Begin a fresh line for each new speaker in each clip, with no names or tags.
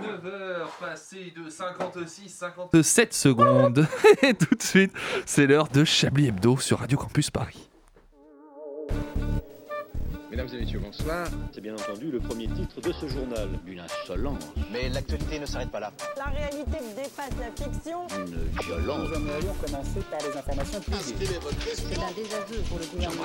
19h passé de 56 57 secondes. Et tout de suite, c'est l'heure de Chablis Hebdo sur Radio Campus Paris.
Mesdames et messieurs, bonsoir.
C'est bien entendu le premier titre de ce journal. Une insolence,
Mais l'actualité ne s'arrête pas là.
La réalité dépasse la fiction.
une violence.
C'est un désaveu pour le gouvernement.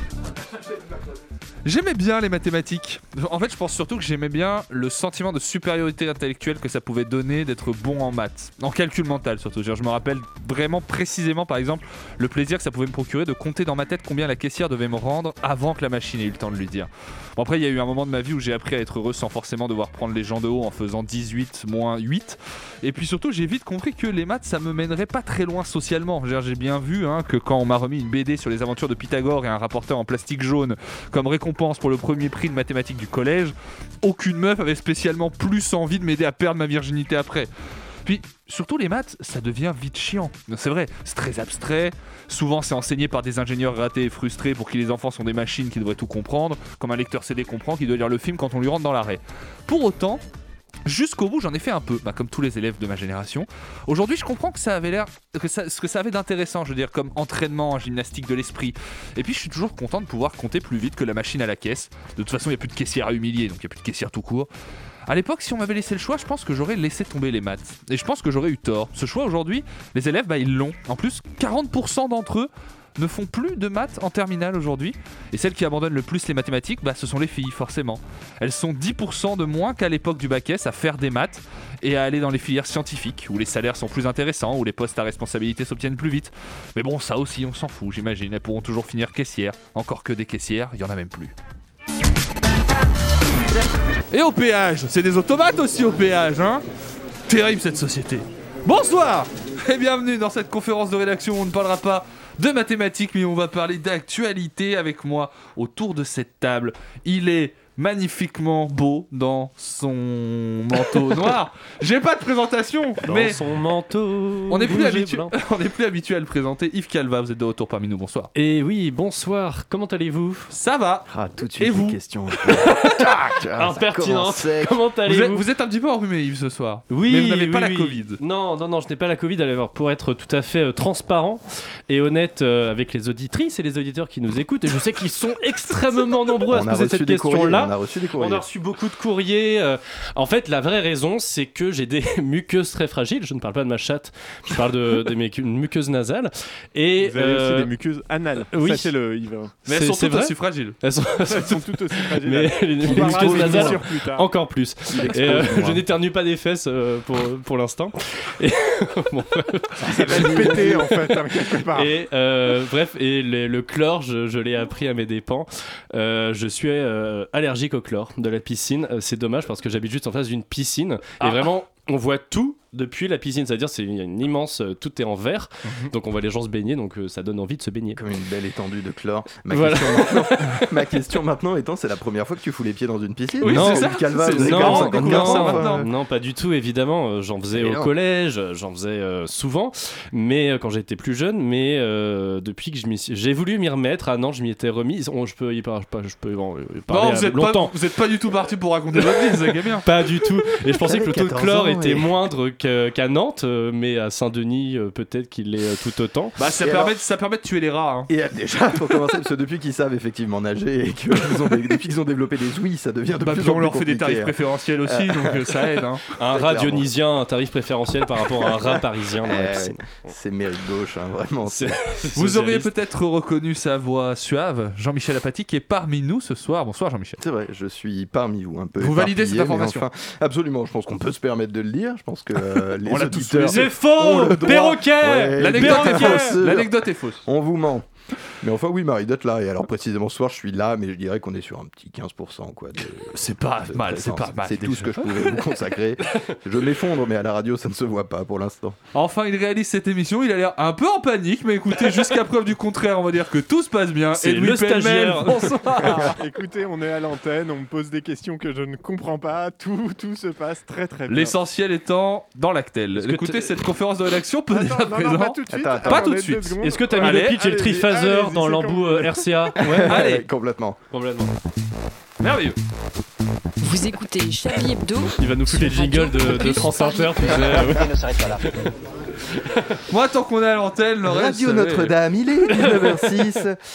J'aimais bien les mathématiques. En fait, je pense surtout que j'aimais bien le sentiment de supériorité intellectuelle que ça pouvait donner d'être bon en maths, en calcul mental surtout. Genre, je me rappelle vraiment précisément, par exemple, le plaisir que ça pouvait me procurer de compter dans ma tête combien la caissière devait me rendre avant que la machine ait eu le temps de lui dire. Bon, après, il y a eu un moment de ma vie où j'ai appris à être heureux sans forcément devoir prendre les gens de haut en faisant 18 moins 8. Et puis surtout, j'ai vite compris que les maths, ça me mènerait pas très loin socialement. Je veux dire, J'ai bien vu hein, que quand on m'a remis une BD sur les aventures de Pythagore et un rapporteur en plastique jaune comme récompense pour le premier prix de mathématiques du collège, aucune meuf avait spécialement plus envie de m'aider à perdre ma virginité après. Puis, surtout les maths, ça devient vite chiant. C'est vrai, c'est très abstrait. Souvent, c'est enseigné par des ingénieurs ratés et frustrés pour qui les enfants sont des machines qui devraient tout comprendre, comme un lecteur CD comprend qu'il doit lire le film quand on lui rentre dans l'arrêt. Pour autant, jusqu'au bout, j'en ai fait un peu, bah, comme tous les élèves de ma génération. Aujourd'hui, je comprends que ça avait l'air, que ça- ce que ça avait d'intéressant, je veux dire, comme entraînement en gymnastique de l'esprit. Et puis, je suis toujours content de pouvoir compter plus vite que la machine à la caisse. De toute façon, il n'y a plus de caissière à humilier, donc il n'y a plus de caissière tout court. À l'époque, si on m'avait laissé le choix, je pense que j'aurais laissé tomber les maths. Et je pense que j'aurais eu tort. Ce choix aujourd'hui, les élèves, bah, ils l'ont. En plus, 40% d'entre eux ne font plus de maths en terminale aujourd'hui. Et celles qui abandonnent le plus les mathématiques, bah, ce sont les filles, forcément. Elles sont 10% de moins qu'à l'époque du bac S à faire des maths et à aller dans les filières scientifiques, où les salaires sont plus intéressants, où les postes à responsabilité s'obtiennent plus vite. Mais bon, ça aussi, on s'en fout, j'imagine. Elles pourront toujours finir caissières. Encore que des caissières, il y en a même plus. Et au péage, c'est des automates aussi au péage, hein Terrible cette société. Bonsoir et bienvenue dans cette conférence de rédaction où on ne parlera pas de mathématiques, mais on va parler d'actualité avec moi autour de cette table. Il est magnifiquement beau dans son manteau noir. J'ai pas de présentation, mais
son manteau.
on n'est plus,
rouge et
habitu-
blanc.
on n'est plus habitué à le présenter. Yves Calva, vous êtes de retour parmi nous, bonsoir.
Et oui, bonsoir, comment allez-vous
Ça va
Ah, tout de
Et
suite,
vous
les questions. Tac, ah,
Impertinente.
ça commence sec.
Comment
vous êtes,
allez-vous
vous êtes un petit peu enrhumé, Yves, ce soir.
Oui,
mais vous n'avez
oui,
pas la
oui.
Covid.
Non, non, non, je n'ai pas la Covid. Alors, pour être tout à fait euh, transparent et honnête euh, avec les auditrices et les auditeurs qui nous écoutent, et je sais qu'ils sont extrêmement nombreux à se
On a
poser
reçu
cette
des courriers.
question-là.
On a reçu des
On
courriers.
a reçu beaucoup de courriers. euh, en fait, la vraie raison, c'est que j'ai des muqueuses très fragiles. Je ne parle pas de ma chatte, je parle de, de mes cu- muqueuses nasales. Et
Vous avez
euh,
aussi des muqueuses anales.
oui.
Sachez-le, Yves.
Mais elles
c'est-
sont
c'est
toutes
vrai
aussi fragiles.
Elles sont-
Elles sont toutes aussi fragiles.
mais les,
On
les
parlera
muqueuses
des
nasales,
blessures plus tard.
encore plus. Et, euh,
moi.
je n'éternue pas des fesses euh, pour, pour l'instant. Et, bon,
Ça va le péter, en fait, hein, quelque part.
et, euh, bref, et le, le chlore, je, je l'ai appris à mes dépens. Euh, je suis euh, allergique au chlore de la piscine. Euh, c'est dommage parce que j'habite juste en face d'une piscine.
Ah.
Et vraiment, on voit tout depuis la piscine. C'est-à-dire, c'est il y a une immense. euh, tout est en verre. Donc, on voit les gens se baigner. Donc, euh, ça donne envie de se baigner.
Comme une belle étendue de chlore. Ma,
Voilà.
question, maintenant, ma question maintenant étant, c'est la première fois que tu fous les pieds dans une piscine.
Oui,
Non,
c'est ça.
Yves Calva,
C'est-
vous avez
non,
quand même
non,
50
non,
ans,
non,
euh,
non. Non, pas du tout, évidemment. Euh, J'en faisais
Mais
au
non.
collège, euh, j'en faisais euh, souvent, mais euh, quand j'étais plus jeune. Mais euh, depuis que je m'y suis- j'ai voulu m'y remettre, ah non, je m'y étais remis. On- je peux y par- pas- je peux en, euh, parler
Non, vous
à-
êtes, pas,
longtemps.
vous êtes pas du tout parti pour raconter votre vie, c'est bien.
Pas du tout. Et je pensais que
J'avais
le taux de
14
chlore
ans,
était
et-
moindre que- qu'à Nantes, euh, mais à Saint-Denis, euh, peut-être qu'il est euh, tout autant.
Bah, ça
Et
permet,
alors
ça permet de tuer les rats. hein.
Et euh, déjà, pour commencer, parce que depuis qu'ils savent effectivement nager et que ils ont des- depuis qu'ils ont développé des ouïes, ça devient de
Bah,
plus
puis
en
on
plus
leur fait des
compliqué,
tarifs
hein.
préférentiels aussi, donc euh, ça aide. hein.
Un
Très
rat
clairement.
dionisien, un tarif préférentiel par rapport à un rat parisien dans la
Eh,
piscine.
C'est mérite gauche, hein, vraiment.
C'est- c'est
Vous auriez
socialiste.
peut-être reconnu sa voix suave, Jean-Michel Apathy, qui est parmi nous ce soir. Bonsoir, Jean-Michel.
C'est vrai, je suis parmi vous un peu.
Vous validez
éparpillé,
cette
mais
information
enfin, Absolument, je pense qu'on peut se permettre de le dire. Je pense que euh, les
On l'a tous
auditeurs.
fait.
C'est faux
On le doit.
Perroquet
Ouais,
L'anecdote est
perroquet.
fausse. L'anecdote est fausse.
On vous ment. Mais enfin, oui, Marie d'être là. Et alors, précisément, ce soir, je suis là, mais je dirais qu'on est sur un petit 15%. Quoi, de-
C'est pas
de
mal, c'est
présence.
pas mal.
C'est tout ce que je pouvais vous consacrer. Je m'effondre, mais à la radio, ça ne se voit pas pour l'instant.
Enfin, il réalise cette émission. Il a l'air un peu en panique, mais écoutez, jusqu'à preuve du contraire, on va dire que tout se passe
Ah,
bien.
C'est
Edoui
le
Pellemel,
stagiaire.
Bonsoir.
Écoutez, on est à l'antenne, on me pose des questions que je ne comprends pas, tout, tout se passe très très bien.
L'essentiel étant dans l'actel.
que
Écoutez,
t'es-
cette conférence de rédaction peut
Attends,
déjà
non, non,
présent.
pas tout de suite.
Attends, attends.
Pas tout de
attendez
suite.
deux secondes.
Est-ce que t'as mis le
Allez,
pitch et le
allez-y,
triphaser
allez-y,
dans
c'est
l'embout
comme-
euh, RCA Ouais,
Allez,
Complètement.
complètement.
merveilleux.
Vous écoutez Chablis Hebdo
Il va nous foutre les jingles de, de France Inter. tu sais.
L'actualité ne s'arrête pas là.
Moi, tant qu'on est à l'antenne, le reste.
Radio
euh,
Notre-Dame, il est 19h06.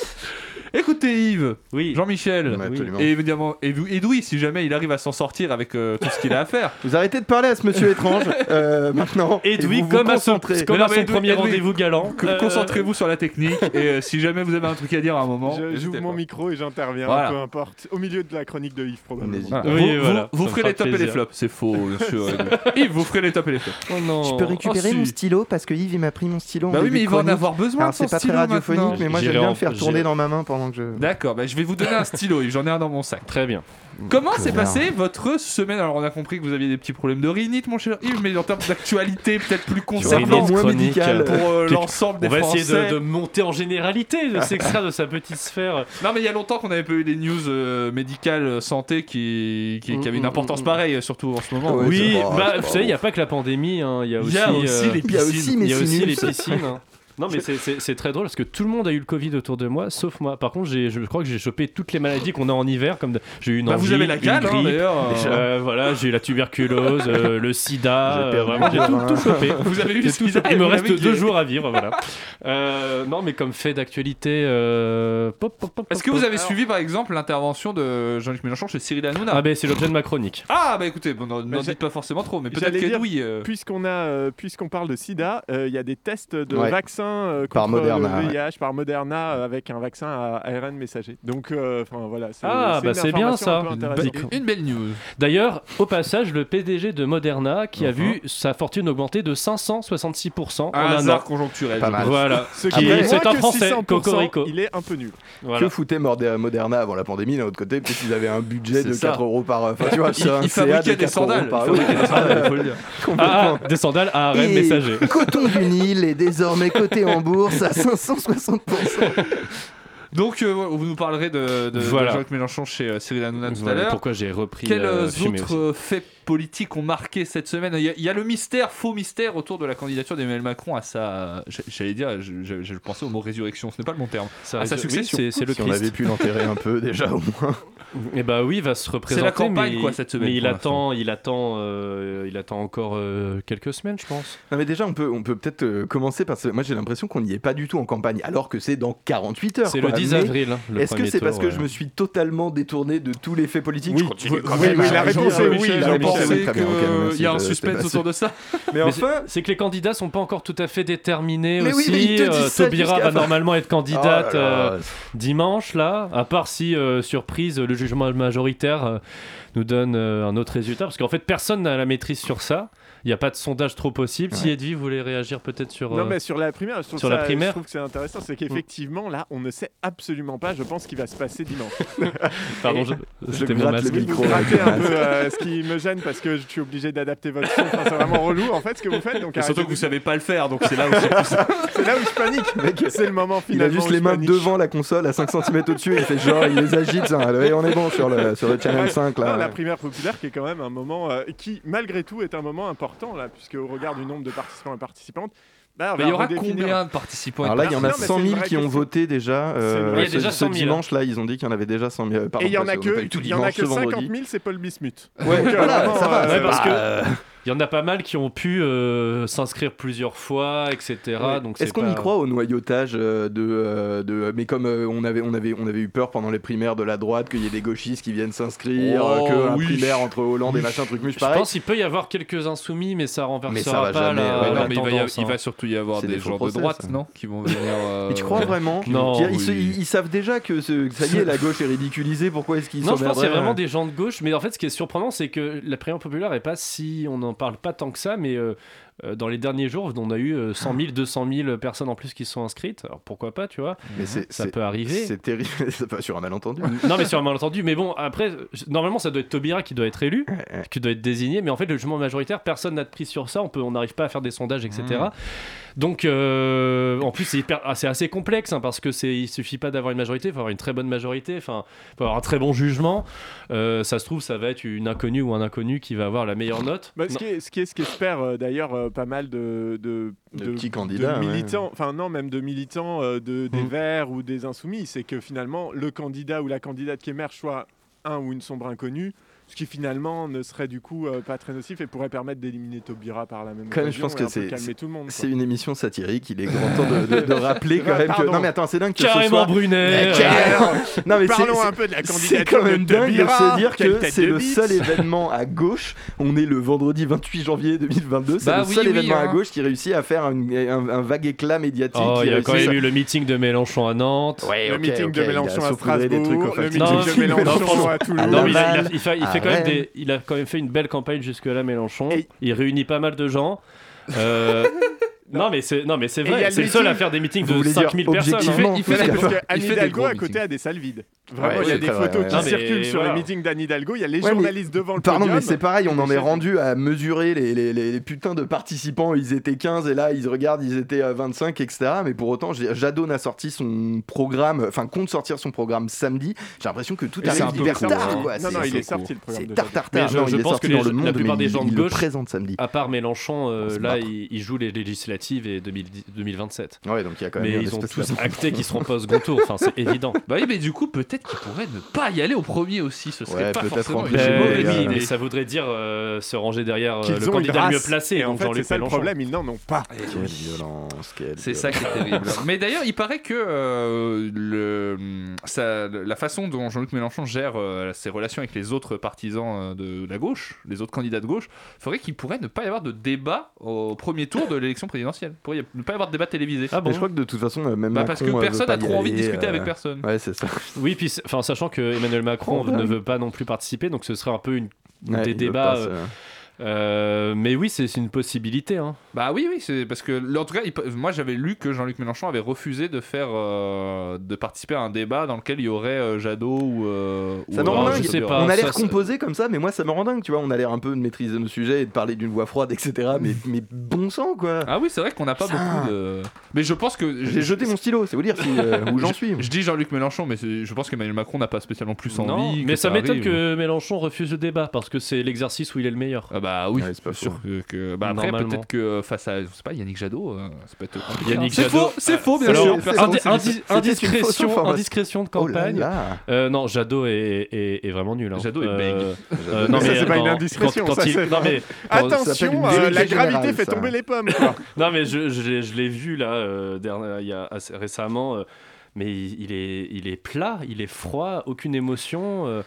Écoutez, Yves,
Oui.
Jean-Michel,
Ouais, absolument.
et évidemment Edou- Edoui, si jamais il arrive à s'en sortir avec euh, tout ce qu'il a à faire.
Vous arrêtez de parler à ce monsieur étrange euh, maintenant.
Et
vous
oui,
vous
comme à son,
concentrez.
comme
Mais
à
non,
son
mais Edoui-
premier
Edoui,
rendez-vous galant.
Que-
euh,
Concentrez-vous sur la technique et euh, si jamais vous avez un truc à dire à un moment.
Je-
n'hésitez
J'ouvre mon
pas.
micro et j'interviens,
Voilà.
peu importe. Au milieu de la chronique de Yves, probablement.
N'hésite
Voilà.
pas.
Oui,
vous,
voilà,
vous, vous
ça me
ferez
fera
les tops et les
plaisir.
flops, c'est faux, bien sûr. Edoui. Yves, vous ferez les tops et les flops.
Oh non.
Je peux récupérer
Oh, si.
mon stylo parce que Yves il m'a pris mon stylo. en
Bah oui,
début
mais
de
il va en
chronique.
avoir besoin.
Alors
de
c'est
son
pas très
stylo
radiophonique,
maintenant.
mais moi
J'irai
j'aime bien
en-
le faire
j'irai-
tourner dans ma main pendant que je.
D'accord, bah, je vais vous donner un stylo, Yves, j'en ai un dans mon sac.
Très bien.
Comment s'est
Connard.
passée votre semaine Alors on a compris que vous aviez des petits problèmes de rhinite, mon cher Yves, mais en termes d'actualité, peut-être plus
Ça
Rhinite
prend
concernant
moins
chronique,
médical.
pour euh,
Quelque-
l'ensemble des
On va
Français.
essayer de, de monter en généralité, de s'extraire de sa petite sphère.
Non mais il y a longtemps qu'on n'avait pas eu des news euh, médicales euh, santé qui, qui, qui avaient une
Mm,
importance
mm,
pareille, euh, surtout en ce moment.
Ouais,
oui,
c'est pas-
bah,
c'est
vous
pas
savez, il
bon.
n'y a pas que la pandémie. hein, Il y a
Il
aussi,
y a aussi
euh,
les
il y a aussi
piscines.
mes
il y a aussi
sinus.
les piscines. hein. Non mais c'est- c'est c'est très drôle parce que tout le monde a eu le Covid autour de moi, sauf moi. Par contre, j'ai- je crois que j'ai chopé toutes les maladies qu'on a en hiver, comme de- j'ai eu une
Bah, vous
angine,
avez la
une
canne, hein,
grippe,
d'ailleurs. euh,
Euh, voilà, j'ai eu la tuberculose, euh, le sida,
J'ai
euh,
perdu
vraiment, j'ai
mon
tout,
bras.
tout chopé.
Vous avez eu
J'ai
ce
tout
qu'ils
chopé. Il me
appellent
reste
la
deux
vie.
jours à vivre, voilà. Euh, non, mais comme fait d'actualité, euh, pop, pop, pop,
Est-ce que
pop,
vous
pop.
avez suivi par exemple l'intervention de Jean-Luc Mélenchon chez Cyril Hanouna
Ah ben c'est l'objet de ma chronique.
Ah, bah écoutez, bon, n'en
Bah,
n'en
j'ai-
dites pas forcément trop, mais peut-être
j'allais dire-
qu'Edoui... euh,
Puisqu'on a, euh, puisqu'on parle de sida, euh, il y a des tests de
Ouais.
vaccins euh, contre
Par Moderna,
le VIH par Moderna euh, avec un vaccin à ARN messager. Donc, euh, enfin voilà. c'est-
Ah, bah,
une
c'est bien,
information un
ça.
peu
Une
intéressante.
belle- une belle news.
D'ailleurs, au passage, le PDG de Moderna
Uh-huh.
qui a
Mhm.
vu sa fortune augmenter de 566%
Un
en un an.
hasard conjoncturel.
Pas
je
mal.
pense.
Voilà.
Ce
Après,
qui est moins
c'est un
que
Français,
600%,
Cocorico.
Il est un peu nul.
voilà.
Que foutait Mordé- Moderna avant la pandémie d'un autre côté Peut-être qu'ils avaient un budget
C'est
de
ça.
4 euros par. Enfin, tu vois, c'est un
Il
CA de
Ah,
fabriquait des
4 euros
sandales.
par-
Il fabriquait des sandales, il faut le dire.
Ah,
Complètement.
ah, des sandales à arrêt
Et
messager.
Coton du Nil est désormais coté en bourse à 560%.
Donc, euh, vous nous parlerez de, de, de
Voilà.
Jean-Luc Mélenchon chez euh, Cyril Hanouna tout
Voilà
à l'heure.
pourquoi j'ai repris
Quels
euh,
euh,
fumée
autres
aussi.
euh, faits politiques ont marqué cette semaine il y, a, il y a le mystère, faux mystère autour de la candidature d'Emmanuel Macron à sa. j'a- J'allais dire, je, je- je pensais au mot résurrection, ce n'est pas le bon terme.
Ça
à sa
reste- oui,
succession.
c'est- c'est le
Ah, Si on
Christ.
avait pu l'enterrer un peu déjà au moins.
Et bah oui, il va se représenter.
la campagne,
mais,
quoi, cette semaine,
Mais il
pour
attend, il attend, euh, il attend encore euh, quelques semaines, je pense.
Non mais déjà on peut on peut peut-être euh, commencer parce que moi j'ai l'impression qu'on n'y est pas du tout en campagne alors que c'est dans 48 heures.
C'est
quoi.
le 10
Mais
avril. hein, le
Est-ce que
premier
c'est parce
tour,
que
ouais.
je me suis totalement détourné de tous les faits politiques
Oui,
Je continue quand
oui,
même
oui,
à-
la réponse
Jean-
est
Jean-
oui,
Jean-
la réponse
Je
Jean-
est
pensais
Ah, Très
qu'il
bien, ok, merci,
y a
je-
un
je
suspense
dépasse.
autour de ça.
Mais
Mais c'est-
enfin,
c'est que les candidats sont pas encore tout à fait déterminés
Mais oui,
aussi.
mais ils te disent
Euh,
ça
Taubira
jusqu'à
va
la fin.
normalement être
oh
candidate
là là,
euh, dimanche là, à part si euh, surprise le jugement majoritaire euh, nous donne euh, un autre résultat, parce qu'en fait personne n'a la maîtrise sur ça. Il n'y a pas de sondage trop possible. Si Edwy voulait réagir peut-être sur.
Non,
euh,
mais sur la primaire, je trouve,
sur
ça-
la primaire. Mm.
je trouve que c'est intéressant. C'est qu'effectivement, là, on ne sait absolument pas, je pense, qui va se passer dimanche.
Pardon, je,
je
c'était mon
gratte
masque.
le
Vous
micro.
grattez un peu euh, ce qui me gêne parce que je suis obligé d'adapter votre son. Enfin, c'est vraiment relou, en fait, ce que vous faites. Donc,
Et surtout
arrêtez
que
de-
vous savez pas le faire, donc c'est là où
c'est là où je panique.
Mec,
C'est le moment
Il
finalement.
a juste
où
les
je
mains
panique.
devant la console à 5 cm au-dessus et il fait genre, il les agite. ça. Allez, on est bon sur le, sur le channel
Ouais.
5 là.
Non, la primaire populaire qui est quand même un moment euh, qui, malgré tout, est un moment important, là, puisque au regard du nombre de participants et participantes, bah, on
Mais
va
il y aura
redéfinir.
combien de participants et
Alors là, il y en
Non,
a
mais c'est
100
une
000
vraie
qui ont
question.
voté déjà.
C'est une
euh,
vraie
ce,
question.
ce dimanche là, ils ont dit qu'il y en avait déjà 100 000. euh,
Et
pardon,
il y en a
parce qu'on
que,
pas eu tout
il y en a
dimanche,
que hein.
ce vendredi.
50 000, c'est Paul Bismuth.
Ouais,
Donc, euh,
voilà,
vraiment,
ça va.
euh,
ouais,
ça
parce
va.
que-
Euh,
Il y en a pas mal qui ont pu euh, s'inscrire plusieurs fois, etc. Ah, Donc
Est-ce
c'est
qu'on
pas-
y croit au noyautage euh, de, euh, de mais comme euh, on avait on avait on avait eu peur pendant les primaires de la droite qu'il y ait des gauchistes qui viennent s'inscrire euh,
Oh,
que un
oui.
primaire entre Hollande et machin truc muche
Je
pareil
pense qu'il peut y avoir quelques insoumis, mais ça renversera
Mais ça va
pas
jamais,
la,
ouais,
Ouais,
la
non, mais il va, y avoir-
tendance,
il
hein.
va surtout y avoir
C'est
des,
des faux
gens de
procès,
droite,
ça.
non Qui vont venir. euh,
mais tu crois vraiment
Non,
Qui- ils, se-
oui.
ils- ils savent déjà que ce- que ça y est la gauche est ridiculisée pourquoi est-ce qu'ils
Non, je pense qu'il y a
s'emmerderaient,
vraiment
euh
des gens de gauche, mais en fait, ce qui est surprenant, c'est que la primaire populaire est pas si. On n'en parle pas tant que ça, mais euh, euh, dans les derniers jours, on a eu euh, 100 000, 200 000 personnes en plus qui se sont inscrites. Alors pourquoi pas, tu vois
Mais c'est
Ça
c'est-
peut arriver.
c'est terrible, c'est pas sur un malentendu.
non, mais sur un malentendu. Mais bon, après, je- normalement, ça doit être Taubira qui doit être élu,
ouais.
qui doit être désigné. Mais en fait, le jugement majoritaire, personne n'a de prise sur ça. On peut, on n'arrive pas à faire des sondages, etc.
Mmh.
Donc, euh, en plus, c'est hyper- ah, c'est assez complexe hein, parce que c'est, il suffit pas d'avoir une majorité, il faut avoir une très bonne majorité. Enfin, faut avoir un très bon jugement. Euh, ça se trouve, ça va être une inconnue ou un inconnu qui va avoir la meilleure note.
Bah, ce,
Non.
qui est, ce qui est ce qu'espèrent euh, d'ailleurs euh, pas mal de, de,
De petits candidats, ouais.
militants, enfin non, même de militants euh, de, des
Mm.
Verts ou des Insoumis, c'est que finalement le candidat ou la candidate qui émerge soit un ou une sombre inconnue, ce qui finalement ne serait du coup euh, pas très nocif et pourrait permettre d'éliminer Taubira par la même
Quand même,
occasion
je pense
et
que
un peu
c'est-
calmer tout le monde. quoi.
C'est une émission satirique, il est grand temps de, de- de rappeler quand même que.
Pardon.
Non, mais attends, c'est dingue que ce
Carrément
soit.
Brunet.
Mais carrément. Non, mais c'est-
Parlons
c'est-
un peu de la
C'est
candidature
quand même
de
dingue de
Taubira.
se dire
Quelle
que
tête
c'est
de
le
bite.
seul événement à gauche. On est le vendredi 28 janvier 2022. C'est
Bah
le
oui,
seul
oui,
événement à
hein.
gauche qui réussit à faire une- un, un vague éclat médiatique.
Oh,
qui
il y a quand
réussit à-
même eu le meeting de Mélenchon à Nantes.
Ouais,
Le
ok,
meeting
ok,
de
il a
Mélenchon à
saupoudré des
Strasbourg,
trucs au
le
fact-check.
meeting
Non,
de
si, mais non,
Mélenchon
franchement,
à Toulouse.
Non, mais il, a,
Laval,
il a- il fait, il
à
fait quand même
Rennes.
des- il a quand même fait une belle campagne jusque-là, Mélenchon.
Et-
Il réunit pas mal de gens. Euh, non, mais c'est non mais c'est
Et il y a
vrai,
le
c'est le seul
meeting.
à faire des meetings
Vous
de
voulez dire
5000 personnes.
Il
hein.
fait,
Non,
il fait
parce
des
que-
gros-
Parce que
il
Anne
fait des
Hidalgo
gros
à côté
meetings.
a des salles vides. Vraiment,
Ouais,
il y a
c'est
des
très vrai,
photos
ouais.
qui
Non, mais
circulent sur
voilà.
les meetings d'Anne Hidalgo. Il y a les
Ouais, mais-
journalistes devant le
Pardon, mais
podium.
c'est pareil, on en est rendu à mesurer les, les- les- les putains de participants. Ils étaient 15 et là, ils regardent, ils étaient euh, 25, etc. Mais pour autant, j'ai- Jadon a sorti son programme, enfin, compte sortir son programme samedi. J'ai l'impression que tout
Et
arrive
c'est un peu
hyper
court,
tard,
hein.
quoi.
Non,
C'est-
non, il
c'est
est sorti le programme.
C'est
de
tard,
Jadot.
tard, tard.
Mais je-
Non,
je
il est
pense
sorti
que les-
dans le
la
monde,
plupart
mais il-
des gens Ah, de
il le
gauche-
présente samedi.
À part Mélenchon, euh,
On se
là,
battre.
il, il joue les législatives et 2010 2027.
Ouais, donc il y a quand même
mais
eu un
ils ont
espèce
tous
d'attente.
acté qu'ils seront pas au second tour. Enfin, c'est évident.
Bah oui, mais du coup, peut-être qu'il pourrait ne pas y aller au premier aussi. Ce serait
Ouais,
pas
peut-être
forcément
rentrer
une
chez
mauvaise
les
oui,
gars,
idée.
mais ça voudrait dire euh, se ranger derrière euh,
Qu'ils
le
ont une
candidat le mieux
race.
placé.
Et en
donc
fait,
Jean-Luc
c'est ça le
Mélenchon.
problème, ils n'en ont pas.
Eh, Quelle violence, quelle
C'est ça qui est terrible. Mais d'ailleurs, il paraît que euh, le, ça- la façon dont Jean-Luc Mélenchon gère euh, ses relations avec les autres partisans euh, de la gauche, les autres candidats de gauche, ferait qu'il pourrait ne pas y avoir de débat au premier tour de l'élection présidentielle. Il pourrait y- ne pas y avoir de débat télévisé.
Ah
Mais
bon
je crois que de toute façon, euh, même
Bah,
Macron,
parce
euh,
que
veut
personne
pas
n'a
y
trop envie de
aller,
discuter
euh,
avec personne.
Ouais, c'est ça.
Oui, puis c'est- enfin, sachant que Emmanuel Macron
Oh,
ne
dingue.
veut pas non plus participer, donc ce serait un peu une
Ouais, il
des
veut
débats.
pas se-
euh, euh, mais oui, c'est c'est une possibilité. hein.
Bah oui, oui, c'est parce que en tout cas, il peut- moi j'avais lu que Jean-Luc Mélenchon avait refusé de faire, euh, de participer à un débat dans lequel il y aurait euh, Jadot ou. euh,
Ça
ou
me rend
Orange,
dingue.
je sais pas.
on a
ça,
l'air
ça-
composé comme ça, mais moi ça me rend dingue, tu vois. On a l'air un peu de maîtriser nos sujets et de parler d'une voix froide, etc. Mais, mais bon sang, quoi.
Ah oui, c'est vrai qu'on n'a pas
Putain.
beaucoup de. Mais je pense que
J'ai jeté mon stylo, c'est vous dire si, euh, où j'en suis.
Je dis Jean-Luc Mélenchon, mais c'est- je pense qu'Emmanuel Macron n'a pas spécialement plus envie.
Non,
que
mais ça m'étonne
arrive.
que Mélenchon refuse le débat parce que c'est l'exercice où il est le meilleur.
Ah bah oui,
Ouais, c'est pas
c'est sûr que. que- bah après,
Normalement.
peut-être que euh, face à, je sais pas, Yannick Jadot, euh, ça peut être compliqué.
Yannick
c'est
Jadot- euh,
faux, c'est faux, bien
Alors,
sûr.
c'est-
Personne-
Indi-
c'est- c'était
indi-
une fausse
indiscrétion,
information.
indiscrétion de
Oh là
campagne.
là.
Euh, non, Jadot est, est- est vraiment nul. hein.
Jadot est
Euh, euh,
Mais ça, c'est pas
quand-
une indiscrétion,
quand- quand
ça,
il-
c'est
non, mais, quand-
s'appelle une
Attention, euh, la
vérité
gravité
générale,
fait
ça.
tomber les pommes. quoi.
non, mais je, je l'ai- je l'ai vu là euh, dernière- il y a assez- récemment, euh, mais il, il est, il est plat, il est froid, aucune émotion. euh,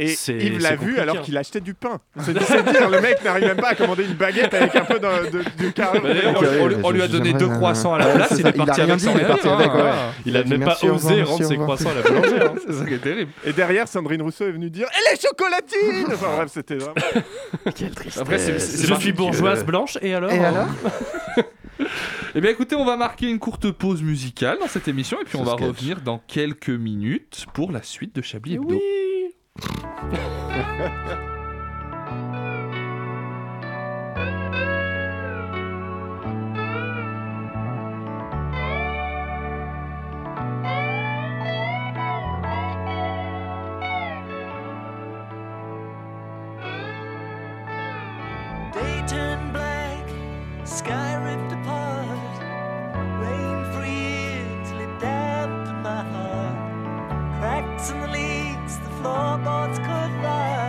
Et
C'est-
Yves
c'est
l'a vu
compliqué, hein.
alors qu'il achetait du pain. C'est c'est dire, le mec n'arrive même pas à commander une baguette avec un peu de, de, de carreau.
Bah, d'ailleurs,
Ok,
on- on, lui-
ouais,
on lui a
je-
donné
j'aimerais,
deux
euh,
croissants à la
ouais,
place,
c'est
il est
ça, il a
parti
rien
avec
dit,
son
il est parti
rien,
avec, ouais.
hein.
il a
Merci,
même pas
merci, au revoir,
osé
merci,
rendre
au
ses
revoir.
croissants à la boulangère. hein.
C'est ça qui est terrible.
Et derrière, Sandrine Rousseau est venue dire Et les chocolatines Enfin bref, c'était vraiment.
Quelle tristesse.
Après, c'est- c'est-
Je suis bourgeoise
Euh,
blanche et alors
Et alors
Eh bien écoutez, on va marquer une courte pause musicale dans cette émission et puis
Ce
on va
sketch.
revenir dans quelques minutes pour la suite de Chablis Hebdo.
Day turned black, sky ripped apart. Rain for years lit dampened my heart. Cracks in the leaves, the floorboards could rot.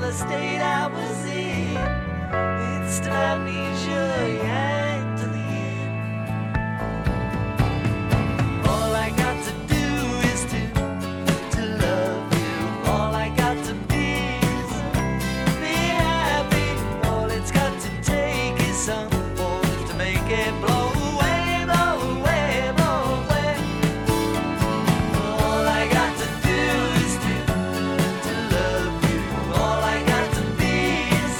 the state I was in. Instant amnesia, yanked to the end. All I got to do is to, to love you. All I got to be is be happy. All it's got to take is some force to make it blow away, blow away, blow away. All I got to do is to to love you. All I got to be is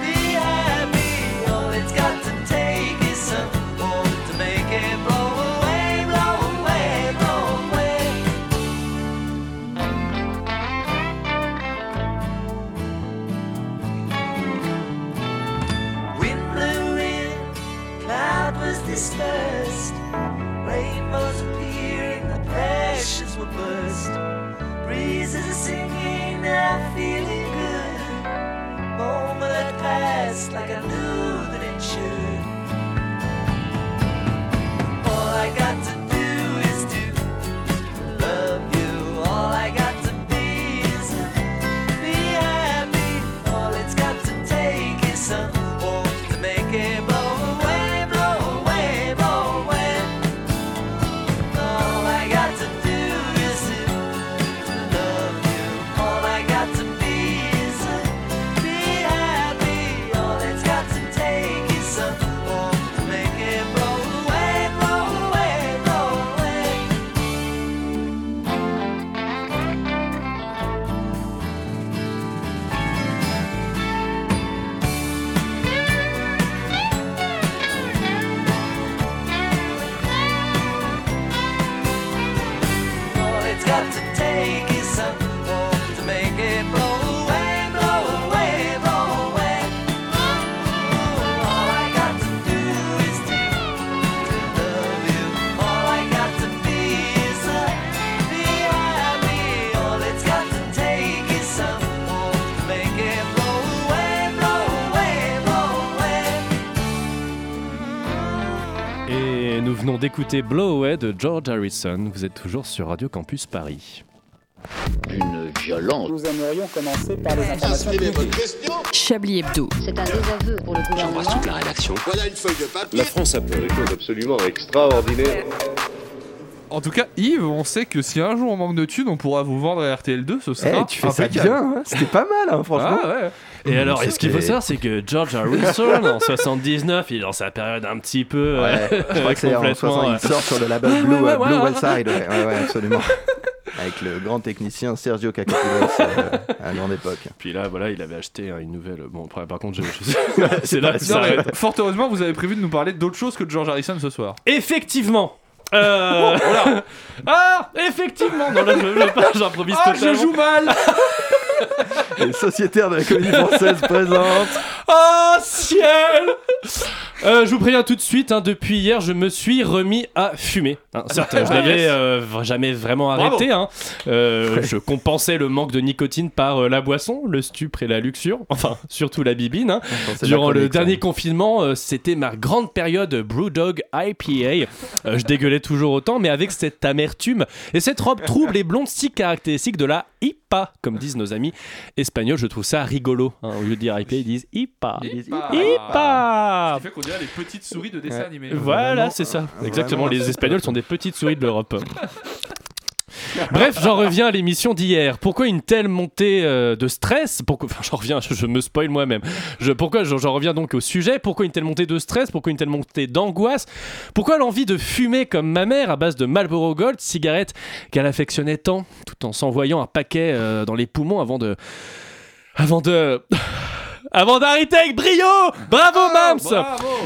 be happy. All it's got to take is some force to make it blow away, blow away, blow away. Wind blew in, cloud was dispersed, rainbows appearing, the pressures were burst. Breezes are singing, I'm feeling good. Moment that passed like I knew that it should. All I got to do is to love you. All I got to be is be happy. All it's got to take is some warmth to make it blow away, blow away, blow away. All I got to do is to love you. All I got to be is be happy. All it's got to take is some warmth to make it blow away, blow away, blow away. All it's got to take is some warmth to make it blow away, blow away, blow away. All I got to do is to, to love you. All I got to be is a, be happy. All it's got to take is some warmth to make it blow away, blow away, blow away.
Et nous venons d'écouter Blow Away de George Harrison. Vous êtes toujours sur Radio Campus Paris.
D'une violence.
Nous aimerions commencer par les informations
Chablis Hebdo.
C'est un désaveu pour le gouvernement.
la rédaction.
Voilà une feuille de papier.
La France a peur.
Des choses absolument extraordinaires.
En tout cas, Yves, on sait que si un jour on manque de thunes, on pourra vous vendre à RTL2, ce
Eh,
sera.
tu fais ça
impeccable.
bien, hein. c'était pas mal, hein, franchement.
Ah ouais.
Et alors, et ce qu'il faut
c'est-
savoir, c'est que George Harrison, en 79, il est dans sa période un petit peu. euh,
Ouais, je crois que c'est en
complètement, euh.
60, il sort sur le label Blue,
ouais,
euh,
ouais,
Blue
ouais.
Wellside, ouais, ouais, ouais, absolument. Avec le grand technicien Sergio Cacapoulos euh, à grande époque.
Puis là, voilà, il avait acheté euh, une nouvelle. Bon, après, par contre, je- je- c'est là que ça
Non, mais
s'arrête.
fort heureusement, vous avez prévu de nous parler d'autre chose que de George Harrison ce soir.
Effectivement. Euh... ah, effectivement. Non, là, je, je- j'improvise totalement.
mal
Les sociétaires de la comédie française présente.
Oh ciel Euh, Je vous préviens tout de suite, hein, depuis hier, je me suis remis à fumer. Hein, certes, je n'avais euh, v- jamais vraiment arrêté. hein. Euh, je compensais le manque de nicotine par euh, la boisson, le stupre et la luxure. Enfin, surtout la bibine. hein.
C'est
Durant
la
le
chronique, hein. ça.
dernier confinement, euh, c'était ma grande période Brewdog IPA. Euh, je dégueulais toujours autant, mais avec cette amertume et cette robe trouble et blonde si caractéristique de la IPA, comme disent nos amis espagnols. Je trouve ça rigolo. hein. Au lieu de dire IPA, ils disent IPA.
Ce
IPA
qui fait qu'on dirait les petites souris de dessin
Ouais.
animé.
voilà,
Vraiment,
c'est ça.
euh,
Exactement,
vraiment.
les Espagnols sont des petites souris de l'Europe. Bref, j'en reviens à l'émission d'hier. Pourquoi une telle montée euh, de stress Pourquoi Enfin, j'en reviens, je, je me spoil moi-même. Je, pourquoi j'en j'en reviens donc au sujet Pourquoi une telle montée de stress Pourquoi une telle montée d'angoisse Pourquoi l'envie de fumer comme ma mère à base de Marlboro Gold, cigarette qu'elle affectionnait tant, tout en s'envoyant un paquet euh, dans les poumons avant de, avant de, avant d'arrêter avec brio. Bravo, Mams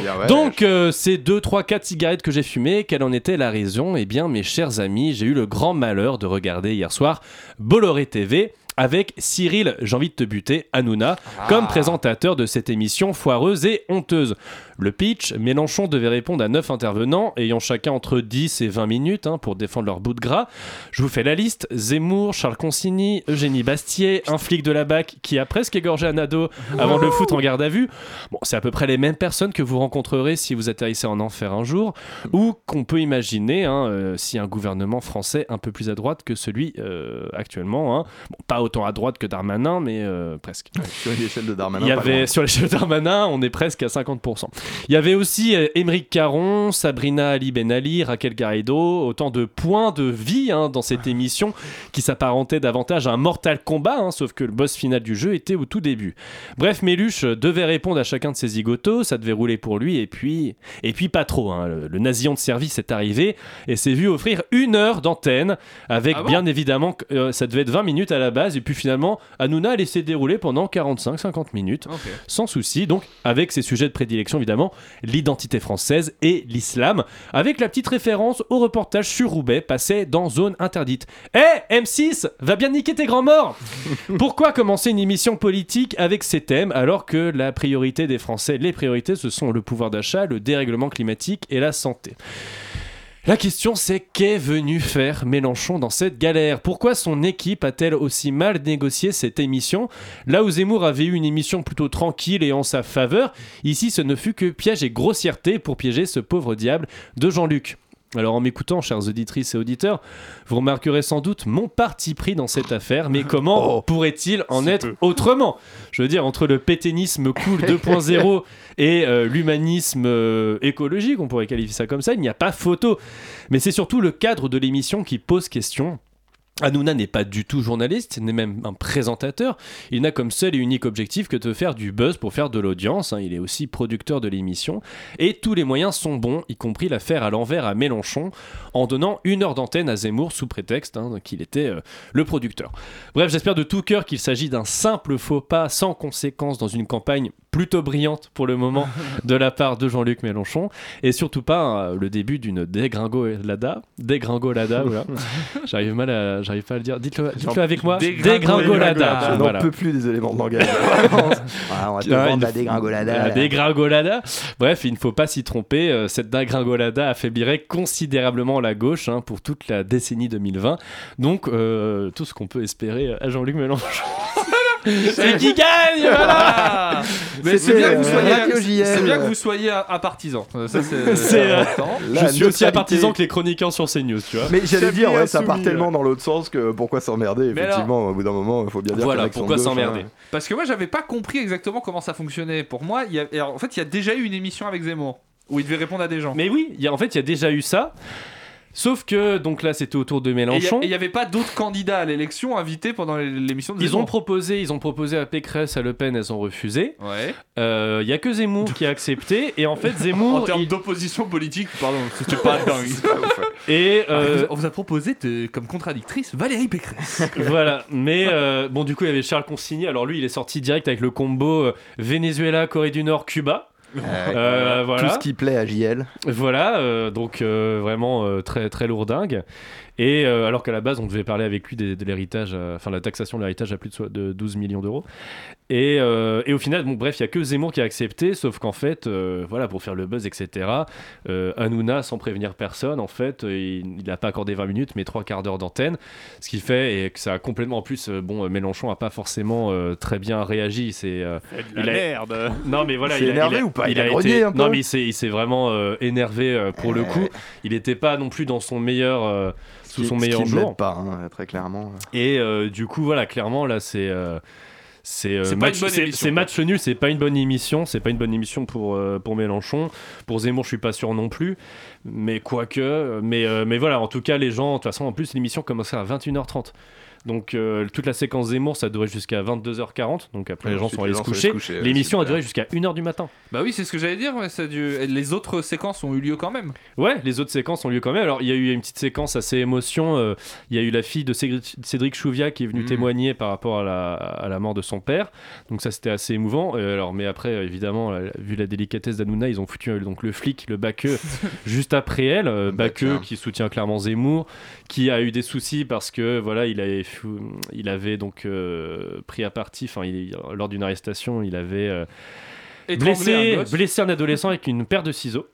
Bien, ouais.
donc, euh, ces 2, 3, 4 cigarettes que j'ai fumées, quelle en était la raison Eh bien, mes chers amis, j'ai eu le grand malheur de regarder hier soir Bolloré TV avec Cyril, j'ai envie de te buter, Hanouna, comme présentateur de cette émission foireuse et honteuse. Le pitch, Mélenchon devait répondre à 9 intervenants, ayant chacun entre 10 et 20 minutes hein, pour défendre leur bout de gras. Je vous fais la liste, Zemmour, Charles Consigny, Eugénie Bastier, un flic de la BAC qui a presque égorgé un ado avant de le foutre en garde à vue. Bon, c'est à peu près les mêmes personnes que vous rencontrerez si vous atterrissez en enfer un jour, ou qu'on peut imaginer hein, euh, si un gouvernement français un peu plus à droite que celui euh, actuellement, hein. Bon, pas autant à droite que Darmanin, mais euh, presque.
Sur l'échelle de Darmanin.
Il y
pas
avait,
loin.
sur l'échelle Darmanin, on est presque à 50%. Il y avait aussi euh, Émeric Caron, Sabrina Ali Ben Ali, Raquel Garrido, autant de points de vie hein, dans cette émission qui s'apparentait davantage à un mortal combat, hein, sauf que le boss final du jeu était au tout début. Bref, Méluche euh, devait répondre à chacun de ses zigotos, ça devait rouler pour lui, et puis, et puis pas trop. hein. Le, le nasillon de service est arrivé et s'est vu offrir une heure d'antenne, avec
Ah bon
bien évidemment, que, euh, ça devait être 20 minutes à la base, et puis finalement, Hanouna a laissé dérouler pendant 45-50 minutes
Ok.
sans souci, donc avec ses sujets de prédilection évidemment, l'identité française et l'islam, avec la petite référence au reportage sur Roubaix passé dans Zone Interdite. Eh M6, va bien niquer tes grands morts Pourquoi commencer une émission politique avec ces thèmes alors que la priorité des Français, les priorités, ce sont le pouvoir d'achat, le dérèglement climatique et la santé la question c'est qu'est venu faire Mélenchon dans cette galère Pourquoi son équipe a-t-elle aussi mal négocié cette émission Là où Zemmour avait eu une émission plutôt tranquille et en sa faveur, ici ce ne fut que piège et grossièreté pour piéger ce pauvre diable de Jean-Luc. Alors en m'écoutant, chers auditrices et auditeurs, vous remarquerez sans doute mon parti pris dans cette affaire, mais comment pourrait-il en être autrement Je veux dire, entre le péténisme cool 2.0 et euh, l'humanisme euh, écologique, on pourrait qualifier ça comme ça, il n'y a pas photo. Mais c'est surtout le cadre de l'émission qui pose question. Hanouna n'est pas du tout journaliste, n'est même un présentateur. Il n'a comme seul et unique objectif que de faire du buzz pour faire de l'audience. hein. Il est aussi producteur de l'émission. Et tous les moyens sont bons, y compris l'affaire à l'envers à Mélenchon, en donnant une heure d'antenne à Zemmour sous prétexte hein, qu'il était euh, le producteur. Bref, j'espère de tout cœur qu'il s'agit d'un simple faux pas sans conséquence dans une campagne plutôt brillante pour le moment de la part de Jean-Luc Mélenchon et surtout pas euh, le début d'une dégringolada dégringolada voilà j'arrive mal à j'arrive pas à le dire dites-le dites-le avec moi dégringolada
Je n'en
Voilà.
peux plus des éléments de langage. Vraiment. Voilà, on va te
Ah,
vendre
il
la
faut-
dégringolada.
La
là.
dégringolada. Bref, il ne faut pas s'y tromper. euh, Cette dégringolada affaiblirait considérablement la gauche hein, pour toute la décennie 2020. Donc, euh, tout ce qu'on peut espérer à Jean-Luc Mélenchon. C'est qui gagne voilà
Mais c'est
C'était,
bien, que vous
euh,
soyez-
Radio
c'est
JL.
bien que vous soyez à, à partisan. Euh, Ça,
C'est,
c'est
euh,
important.
La
Je suis aussi
neutralité.
un partisan que les chroniqueurs sur CNews, tu vois.
Mais j'allais dire, ouais, ça
Chablis
part
insoumis,
tellement dans l'autre sens que pourquoi s'emmerder
Mais alors-
Effectivement, au bout d'un moment, il faut bien dire que
Voilà,
l'accent
pourquoi
gauche,
s'emmerder
hein.
Parce que moi, j'avais pas compris exactement comment ça fonctionnait. Pour moi, il y a- et alors, en fait, il y a déjà eu une émission avec Zemmour où il devait répondre à des gens.
Mais oui, il y a- en fait, il y a déjà eu ça. Sauf que, donc là, c'était autour de
Et il y a-
Mélenchon.
et il y avait pas d'autres candidats à l'élection invités pendant l'é- l'émission de
Ils ont
Zemmour.
proposé, ils ont proposé à Pécresse, à Le Pen, elles ont refusé.
Ouais.
Il y a que Zemmour qui a accepté. Et en fait,
En
Zemmour,
termes
il-
d'opposition politique, pardon, c'était pas dingue.
Et euh,
On Ah, vous a proposé de- comme contradictrice Valérie Pécresse.
voilà, mais euh, bon, du coup, il y avait Charles Consigny. Alors lui, il est sorti direct avec le combo euh, Venezuela, Corée du Nord, Cuba. Euh, voilà,
Tout ce qui plaît à JL.
voilà euh, donc euh, vraiment euh, très très lourdingue. Et euh, alors qu'à la base, on devait parler avec lui des- de l'héritage, euh, enfin la taxation de l'héritage à plus de, so- de 12 millions d'euros. Et, euh, et au final, bon, bref, il y a que Zemmour qui a accepté, sauf qu'en fait, euh, voilà, pour faire le buzz, etc. Euh, Hanouna, sans prévenir personne, en fait, euh, il n'a pas accordé 20 minutes, mais trois quarts d'heure d'antenne. Ce qui fait et que ça a complètement. En plus, euh, bon, euh, Mélenchon a pas forcément euh, très bien réagi. C'est euh,
La
il a-
merde
non, mais voilà,
Ah, Il s'est
il a-
énervé
il a-
ou pas
il
Il a
a
grogné
été-
un peu
Non, mais il s'est il s'est vraiment euh, énervé euh, pour le coup.
Ouais.
Il n'était pas non plus dans son meilleur, euh, sous son
Ce qui
meilleur
ne
jour.
l'aide pas, hein, très clairement.
Et euh, du coup, voilà, clairement, là, c'est. euh, c'est euh,
C'est pas
match,
une bonne
c'est-
émission,
c'est
quoi.
match nul, c'est pas une bonne émission, c'est pas une bonne émission pour, euh, pour Mélenchon. Pour Zemmour, je suis pas sûr non plus, mais quoique. euh, Mais, euh, mais voilà, en tout cas, les gens, de toute façon, en plus, l'émission commençait à 21h30. Donc euh, toute la séquence Zemmour, ça durait jusqu'à 22h40. Donc après, les gens
Ensuite,
sont allés
les
se
gens sont allés
coucher.
se coucher, ouais,
L'émission a
super.
duré jusqu'à 1h du matin.
bah oui, c'est ce que j'allais dire. ouais, ça a dû- et Les autres séquences ont eu lieu quand même.
Ouais, les autres séquences ont lieu quand même. Alors, il y a eu une petite séquence assez émotion. euh, Il y a eu la fille de Cédric Cédric Chouviat qui est venue
Mm.
témoigner par rapport à la, à la mort de son père. Donc, ça, c'était assez émouvant. Euh, alors, mais après, euh, évidemment, euh, vu la délicatesse d'Anouna, ils ont foutu euh, donc, le flic, le Baqueux, juste après elle. Euh,
Bah,
Baqueux
tiens.
qui soutient clairement Zemmour, qui a eu des soucis parce que, voilà, il avait, fou- il avait donc euh, pris à partie, enfin, il- lors d'une arrestation, il avait. euh,
Étrangler
blessé,
un
un
gosse.
blessé un adolescent avec une paire de ciseaux.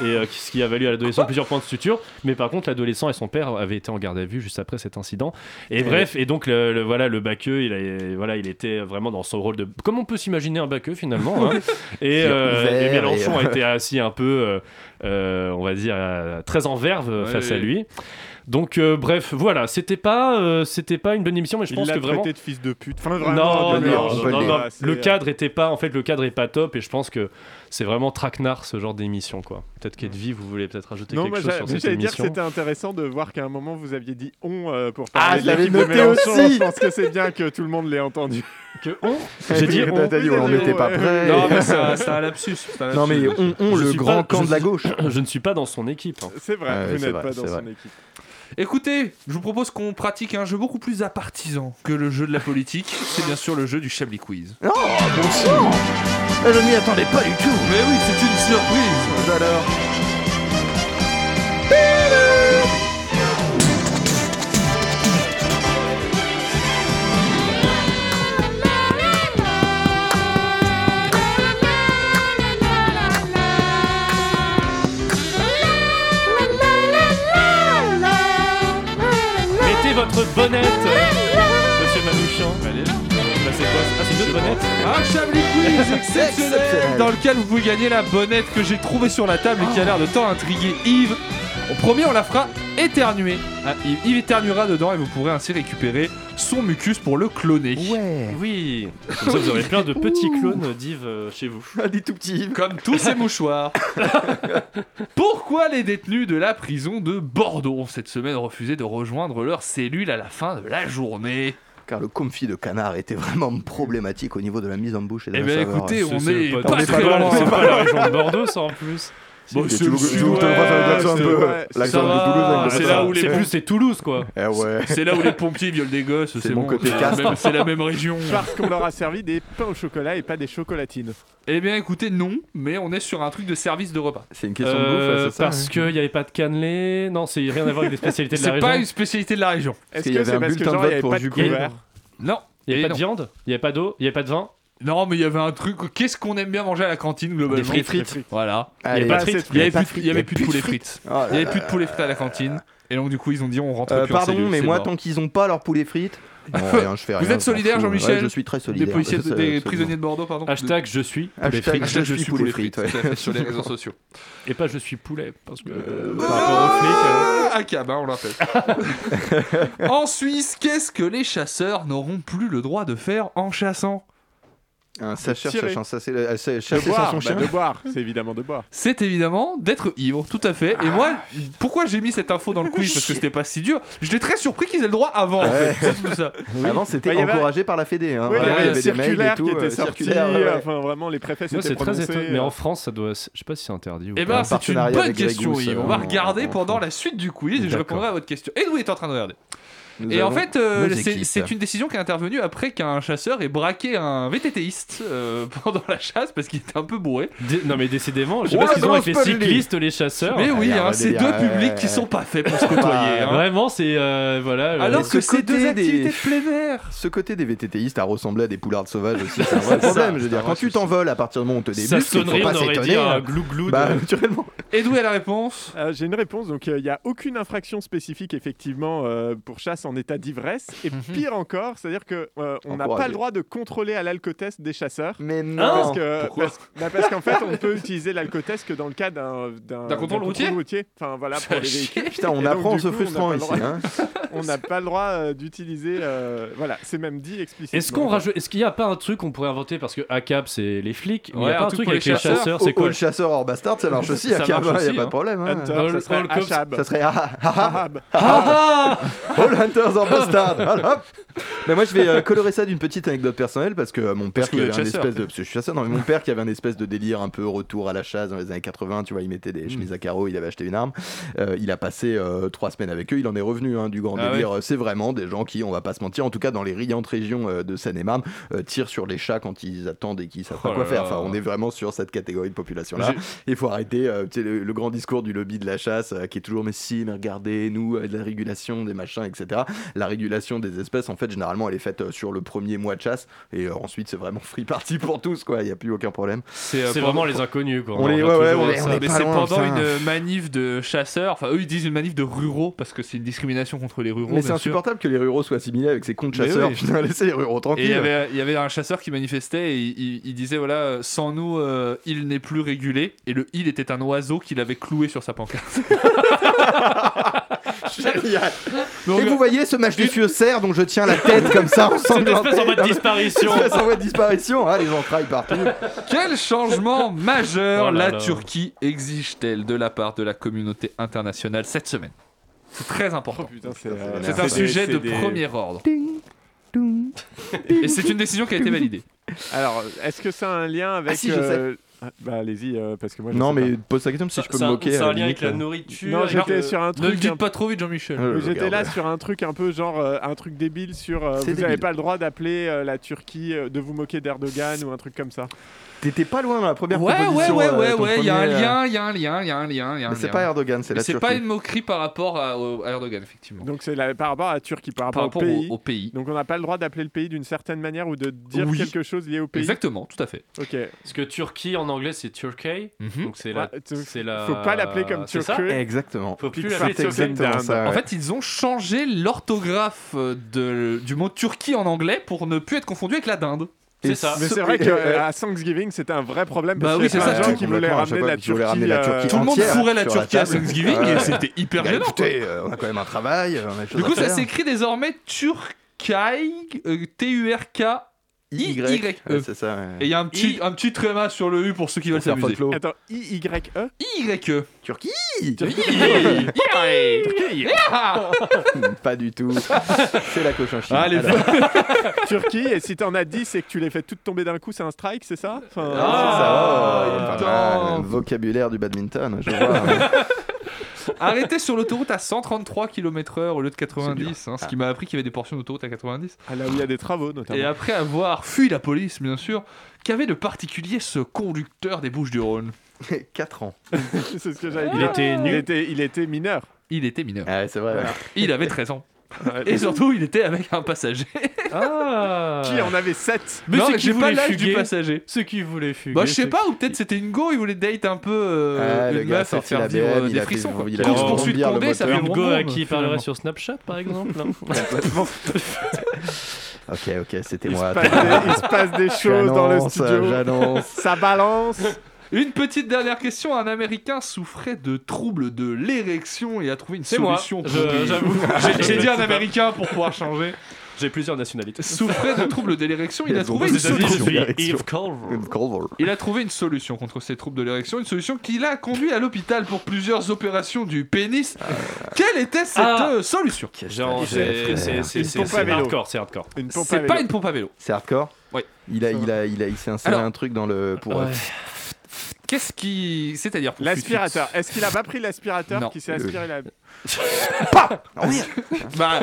Et euh, ce qui a valu à l'adolescent plusieurs points de suture, mais par contre l'adolescent et son père avaient été en garde à vue juste après cet incident. Et bref, et donc le, le- voilà le baqueux, il a- voilà, il était vraiment dans son rôle de comme on peut s'imaginer un baqueux finalement. hein. et,
Ouvert
euh, et
et-
Mélenchon a été assis un peu, euh, euh, on va dire euh, très en verve euh,
Ouais,
face à
ouais.
lui. Donc euh, bref, voilà, c'était pas, euh, c'était pas une bonne émission, mais je
Il
pense
l'a
que vraiment.
traité de fils de pute. Enfin, vraiment,
non,
on peut le
non,
dire, on
non,
peut le
non,
dire.
non,
C'est-
le cadre était pas. En fait, le cadre est pas top, et je pense que c'est vraiment traquenard ce genre d'émission, quoi. Peut-être qu'Edvi, vous voulez peut-être rajouter
Non,
quelque
moi
chose
j'a-
sur
mais
cette
j'allais dire que
émission.
c'était intéressant de voir qu'à un moment vous aviez dit on euh, pour
Ah,
parler
je
de
l'avais
l'équipe de
noté
Mélenchon.
aussi.
Je pense que c'est bien que tout le monde l'ait entendu.
Que on
J'ai dit on.
T'as dit, ouais, on n'était pas prêts.
Non, mais c'est un- c'est un lapsus. c'est un
Non,
lapsus.
mais on- on,
Je
le
suis
grand
pas-
camp
je
de la
suis-
gauche.
Je ne suis pas dans son équipe. hein.
C'est vrai,
Ouais,
vous
c'est
n'êtes
vrai,
pas
c'est
dans
vrai.
son équipe.
Écoutez, je vous propose qu'on pratique un jeu beaucoup plus apartisan que le jeu de la politique. C'est bien sûr le jeu du Chablis Quiz.
Oh, bon sang Ah, Je m'y attendais pas du tout.
Mais oui, c'est une surprise
Alors,
Mettez votre bonnette, euh, monsieur Manouchian. Bah, c'est quoi Ah, c'est une autre bonnette
Un Chablis Quiz exceptionnel
Exceptionnel.
dans lequel vous pouvez gagner la bonnette que j'ai trouvée sur la table et qui a l'air de tant intriguer Yves. Au premier, on la fera éternuer. Ah, Yves, Yves éternuera dedans et vous pourrez ainsi récupérer son mucus pour le cloner.
ouais.
Oui. Comme ça, vous aurez plein de petits clones d'Yves euh, chez vous.
Ah, Des tout petits.
Comme tous ces mouchoirs. Pourquoi les détenus de la prison de Bordeaux ont cette semaine refusé de rejoindre leur cellule à la fin de la journée
Car le confit de canard était vraiment problématique au niveau de la mise en bouche et de
Eh
la
bien
saveur.
écoutez,
C'est-
on
c'est
est
pas-
pas,
on est pas
très loin.
loin,
C'est pas la région de Bordeaux, ça en plus.
Bon,
Tu
c'est
veux
le
que je vous
sud-ouest,
fasse avec l'accent un peu
ça
l'accent de
va,
Toulouse hein,
c'est
ça.
là où les
C'est
ponts-
plus, c'est Toulouse, quoi.
Eh ouais.
C'est là où les pompiers violent des gosses,
C'est
c'est
mon
bon,
côté
c'est la
caste.
même- C'est la même région.
Parce qu'on leur a servi des pains au chocolat et pas des chocolatines.
Eh bien écoutez, non, mais on est sur un truc de service de repas.
C'est une question
Euh,
de bouffe, c'est ça
parce qu'il n'y avait pas de cannelé. Non, c'est rien à voir avec les spécialités de la
C'est pas une
région.
spécialité de la région.
Est-ce
qu'il y
que
avait
c'est
un
parce que
bulletin de
genre
vote
il y avait
pour
pas de
Jucco.
couvert
Non.
Il n'y
Et
avait pas de
non.
viande, il n'y avait pas d'eau, il n'y avait pas de vin,
Non, mais il y avait un truc. Qu'est-ce qu'on aime bien manger à la cantine globalement
Des frites.
Voilà.
Allez.
il n'y avait pas
Ah,
de frites.
c'est-
Il y avait
pas de
plus, de-
frites,
il y avait plus de poulet frites.
Oh là
Il y avait
là.
plus de poulet frites à la cantine. Et donc du coup ils ont dit on rentre
Euh,
plus en
pardon,
cellule,
mais
c'est
moi,
mort.
tant qu'ils ont pas leurs poulets frites, bon, rien, hein, je fais rien,
Vous
je m'en
êtes solidaire,
fous.
Jean-Michel
Ouais, Je suis très
des,
solidaire.
policiers-
Ça, ça,
des
absolument.
prisonniers de Bordeaux, pardon.
Hashtag je suis
Hashtag
Hashtag
je suis poulet frites, ouais.
tout à fait, sur les réseaux sociaux.
et pas je suis poulet parce que
Euh,
par rapport aux flics. euh,
Ah, Akab, hein, on l'appelle. en Suisse, qu'est-ce que les chasseurs n'auront plus le droit de faire en chassant
Un sacheur
Tirer.
sachant ça, c'est le- euh, c'est
De
chasser sans
boire,
son
bah,
chien.
de boire, c'est évidemment de boire.
C'est évidemment d'être ivre, tout à fait.
Ah.
Et moi, pourquoi j'ai mis cette info dans le quiz Parce que c'était pas si dur. Je l'ai très surpris qu'ils aient le droit avant, en fait. C'est tout ça.
Avant, c'était
Bah, il y avait-
encouragé par la Fédé. Hein.
Oui, il y
Vraiment,
avait
des mails et
circulaire
tout,
qui
euh,
était sorti.
circulaire, ouais, ouais.
Enfin, vraiment, les préfets
Moi,
s'étaient
c'est très
prononcés.
étonnant, mais en France, ça doit. Je sais pas si c'est interdit ou
Eh
pas.
ben,
Un
c'est une
partenariat
bonne
avec Grey
question,
Goose,
Yves.
euh,
On va
en-
regarder
en-
pendant la suite du quiz et je
D'accord.
répondrai à votre question. Edwin est en train de regarder.
Nous
et en
avons
fait, euh,
nos
c'est
équipes.
c'est une décision qui est intervenue après qu'un chasseur ait braqué un VTTiste euh, pendant la chasse parce qu'il était un peu bourré.
Dé- Non, mais décidément, je sais pas
Ouais,
ce qu'ils ont
non,
avec les
c'est pas joli.
cyclistes, les chasseurs.
Mais oui,
regarde,
hein,
ouais,
c'est
délire,
deux
ouais,
publics
ouais,
qui
ouais.
sont pas faits pour se côtoyer. hein.
Vraiment, c'est euh, voilà. euh,
Alors
Mais
que
ce
c'est deux
côté des-
activités de plein air.
Ce côté des VTTistes a ressemblé à des poulards sauvages aussi, c'est un vrai problème. Je veux dire, quand tu t'envoles à partir du moment où on te débute,
sa
il faut
sonnerie,
pas
on aurait dit
s'étonner.
un
hein.
glou-glou. de-
Bah, naturellement.
Edwin a la réponse.
Euh, J'ai une réponse. Donc, euh, il n'y a aucune infraction spécifique, effectivement, euh, pour chasse en état d'ivresse. Et
Mhm.
pire encore, c'est-à-dire qu'on on n'a pas
Encouragé.
le droit de contrôler à l'alcotest des chasseurs.
Ah
Mais non.
parce que- parce- bah, parce qu'en fait, on ne peut utiliser l'alcotest que dans le cas d'un d'un-
D'un contrôle routier
Enfin, voilà,
Ça
pour les
chie.
véhicules.
Putain,
Et
on
donc,
apprend en
du
se
coup, on n'a
frustrant
pas le
ici.
droit-
hein.
On n'a pas le droit euh, d'utiliser. euh, voilà, c'est même dit explicitement.
Est-ce qu'on rajoute, est-ce qu'il n'y a pas un truc qu'on pourrait inventer parce que ACAP c'est les flics, mais il
Ouais,
n'y a
un
pas un
truc
truc
pour
avec
les
les chasseurs,
chasseurs.
c'est
Oh, oh,
quoi
le chasseur hors bastard, ça marche aussi.
Ça
à Cabas,
marche
il n'y a
aussi,
pas
hein.
de problème. hein.
Hunter,
All-
ça serait
all cops.
Achab.
Ça serait ah, ah, ah, ah.
Ahab.
Ah
All Hunters en bastard. Voilà, hop. Mais moi, je vais euh, colorer ça d'une petite anecdote personnelle parce que euh, mon père
Parce que
qui avait
vous êtes
un
chasseur.
espèce de, parce que je suis chasseur, non, mais mon père qui avait un espèce de délire un peu retour à la chasse dans les années 80. Tu vois, il mettait
Mm.
des chemises à carreaux, il avait acheté une arme. Euh, il a passé euh, trois semaines avec eux. Il en est revenu hein, du grand
Ah
délire. C'est vraiment des gens qui, on va pas se mentir, en tout cas dans les riantes régions euh, de Seine-et-Marne, euh, tirent sur les chats quand ils attendent et qu'ils savent
Oh
pas quoi
là
faire.
là.
Enfin, on est vraiment sur cette catégorie de population là.
J'ai-
Il faut arrêter euh, tu sais, le, le grand discours du lobby de la chasse euh, qui est toujours mais si, mais regardez, nous, euh, de la régulation, des machins, etc. La régulation des espèces, en fait, généralement, elle est faite euh, sur le premier mois de chasse et euh, ensuite, c'est vraiment free party pour tous, quoi. Il n'y a plus aucun problème.
C'est euh,
C'est
pendant-
vraiment les inconnus quoi.
On
en
les-
revient
ouais, ouais,
toujours
on
à
les-
ça.
on les-
Mais
pas
c'est
loin,
pendant
enfin.
une manif de chasseurs. Enfin, eux ils disent une manif de ruraux parce que c'est une discrimination contre les ruraux.
mais c'est
bien sûr.
insupportable que les ruraux soient assimilés avec ces cons de
Mais
chasseurs.
oui.
Putain, laissez les ruraux
Et il y,
tranquilles.
avait, il y avait un chasseur qui manifestait et il, il- il disait voilà, euh, sans nous, euh, il n'est plus régulé. Et le il était un oiseau qu'il avait cloué sur sa pancarte.
Génial. Et vous voyez ce match de Suessère dont je tiens la tête comme ça ensemble.
Cette espèce en voie de disparition.
Espèce en voie de disparition. Ah, les entrailles partout.
Quel changement majeur
Oh là
la
là.
Turquie exige-t-elle de la part de la communauté internationale cette semaine C'est très important.
Oh,
c'est un sujet de premier ordre. Et c'est une décision qui a été validée.
Alors, est-ce que ça a un lien avec.
Ah, si, je sais.
ah, Bah, allez-y, euh, parce que moi. Je
Non,
sais
mais
pas.
pose ta question si je peux me moquer. à limite, là.
Non, j'étais
euh,
sur un truc. un-
trop vite, Jean-Michel.
Euh,
J'étais
regarde,
euh, là
ouais.
sur un truc un peu genre euh, un truc débile sur euh,
C'est
vous n'avez
débile.
pas le droit d'appeler euh, la Turquie euh, de vous moquer d'Erdogan ou un truc comme ça.
T'étais pas loin dans la première
Ouais, ouais,
proposition.
ouais,
euh,
ouais,
ton
ouais, il y a un
premier, euh,
lien, il y a un lien, il y a un lien. il y a un
Mais c'est
lien.
pas Erdogan, c'est
Mais
la
C'est
Turquie.
pas une moquerie par rapport à, au- à Erdogan, effectivement.
Donc c'est la- par rapport à la Turquie, par rapport,
rapport
au,
au-
pays.
au pays.
Donc on n'a pas le droit d'appeler le pays d'une certaine manière ou de dire
Oui.
quelque chose lié au pays.
Exactement, tout à fait.
Ok.
Parce que Turquie en anglais c'est Turkey,
Mhm.
donc c'est la,
Ouais, tu-
c'est la.
faut pas l'appeler comme
c'est ça
Turkey.
Exactement.
Faut plus
C'est
l'appeler Turkey.
exactement ça, ouais.
Euh, En fait, ils ont changé l'orthographe euh, de- du mot Turquie en anglais pour ne plus être confondu avec la Dinde.
Mais c'est vrai
euh,
euh, qu'à Thanksgiving, c'était un vrai problème parce
Bah
qu'il y
oui,
a
c'est
plein de
ça,
gens
tout-
qui voulaient
complètement, à
ramener
chaque
de
fois,
la
ils voulaient
Turquie.
ramener la Turquie
euh,
Tout le monde fourrait la
sur
Turquie à
table.
Thanksgiving et
Ouais.
c'était hyper
Bah,
gênant,
Écoutez,
quoi.
euh, on a quand même un travail. euh, on a des choses
Du coup,
à
ça
faire.
s'écrit désormais Turkai, euh, T-U-R-K. I
Y.
Y euh,
Ouais, c'est ça, ouais.
Et il y a un petit, un petit tréma sur le U pour ceux qui veulent
faire
s'amuser.
folklore.
Attends, E I-Y-E
I-Y-E.
Turquie
Turquie
Pas du tout. C'est la cochinchine.
Allez,
Alors.
euh,
Turquie, et si t'en as 10 et que tu les fais toutes tomber d'un coup, c'est un strike, c'est ça Enfin,
Ah, pas mal. vocabulaire du badminton, je vois. hein.
Arrêté sur l'autoroute à 133 km/h au lieu de 90, hein, ce qui
Ah.
m'a appris qu'il y avait des portions d'autoroute à 90.
Ah, là où il y a des travaux notamment.
Et après avoir fui la police, bien sûr, qu'avait de particulier ce conducteur des Bouches-du-Rhône
4 ans.
Ah, c'est ce que j'avais
Il
dit.
était nu
Il était, il était mineur.
Ah.
Ah
Il était mineur.
c'est vrai.
ouais.
Il avait 13 ans.
mais-
Et surtout, il était avec un passager.
Ah.
Qui en avait 7
Mais
Non,
c'est
mais
qui
qui
pas
voulait
l'âge
fuguer
du passager.
Ceux qui voulaient fuguer.
Bah, je sais
ceux
pas, ou peut-être c'était une go, il voulait date un peu euh,
Ah, le
une
gars a
meuf et
sorti
faire
la
vivre
BM,
euh,
il
des
a fait
frissons. quoi.
rebondir
Course
le Bah,
poursuite
moteur.
Condé, ça fait
Une go
bonbon,
à qui il parlerait
finalement.
sur Snapchat par exemple non
Ok, ok, c'était
Il se
moi.
passe des, il se passe des choses dans le
J'annonce,
studio.
j'annonce.
Ça balance.
Une petite dernière question. Un Américain souffrait de troubles de l'érection et a trouvé une
C'est moi.
solution.
Je-
pourrie.
j'avoue.
J'ai- J'ai dit
Je
un
sais pas.
Américain pour pouvoir changer.
J'ai plusieurs nationalités.
Souffrait de troubles de l'érection, il a trouvé une
Aux États-Unis,
solution.
je suis Yves Culver.
Il a trouvé une solution contre ces troubles de l'érection, une solution qui l'a conduit à l'hôpital pour plusieurs opérations du pénis. Quelle était cette
Ah.
euh, solution
Genre, c'est- c'est- c'est-
Une
c'est
pompe à
c'est
vélo.
hardcore, c'est hardcore.
Une pompe à
C'est pas
vélo.
une pompe à vélo.
C'est hardcore
Oui.
Il, a, il, a, il, a, il s'est installé
Alors-
un truc dans le. pour euh,
Ouais.
Qu'est-ce qui. C'est-à-dire pour
L'aspirateur. Est-ce qu'il a pas pris
Non.
l'aspirateur qui s'est aspiré la.
Ah
Bah,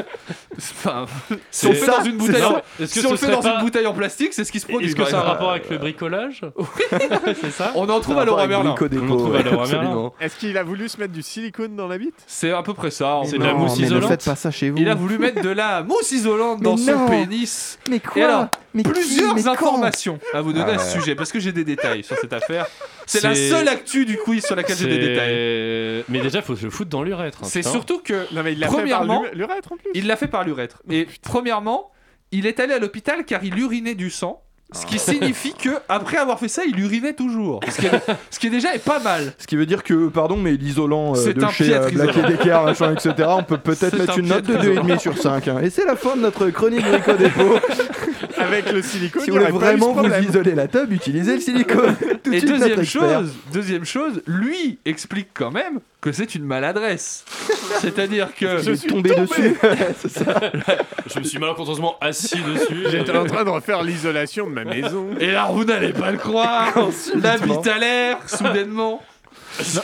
enfin, si
C'est
on le fait
ça,
dans une
c'est
bouteille,
ça.
en...
Est-ce
si
que
on
ce
le fait
serait
dans
pas-
une bouteille en plastique, c'est ce qui se produit.
Est-ce que
par
ça a un
exemple.
rapport avec le bricolage C'est ça
On en trouve à Laura Merlin.
On en trouve à Laura Merlin.
Absolument.
Est-ce qu'il a voulu se mettre du silicone dans la bite
C'est à peu près ça. en
C'est
fait.
de la
Non,
mousse
mais ne
isolante.
faites pas ça chez vous.
Il a voulu mettre de la mousse isolante dans
Mais
son
non.
pénis.
Mais
Et alors,
quoi Mais qui
plusieurs
Mais quand
informations à vous donner
Ah
à
ouais.
ce sujet, parce que j'ai des détails sur cette affaire. C'est
C'est-
la seule actu du quiz sur laquelle j'ai des détails.
C'est- Mais déjà, faut se le foutre dans l'urètre. hein,
C'est
putain.
surtout que,
Non, mais il l'a fait par
Premièrement-
l'ure- l'urètre en plus. Oh,
il l'a fait par l'urètre. Et premièrement, il est allé à l'hôpital car il urinait du sang. Ce
Ah.
qui signifie que après avoir fait ça, il urinait toujours. Ce qui est, ce qui est déjà est pas mal.
Ce qui veut dire que, pardon, mais l'isolant euh,
C'est
de
un
chez
piètre
euh, Black
isolant.
Decker, machin, etc., on peut peut-être
C'est
mettre
un
une note de
piètre
2,5 sur 5. Et c'est la fin de notre chronique Brico Dépôt.
Avec le silicone,
si
il
vous
n'y
voulez
aurait pas eu ce
vraiment vous
problème.
isoler la table, utilisez le silicone. Tout de
Et
suite, notre
deuxième
expert.
chose, deuxième chose, lui explique quand même que c'est une maladresse. C'est-à-dire que
Il est tombé dessus. C'est ça.
Je me suis malencontreusement assis dessus. et-
J'étais en train de refaire l'isolation de ma maison.
Et là, vous n'allez pas le croire La bite à l'air, soudainement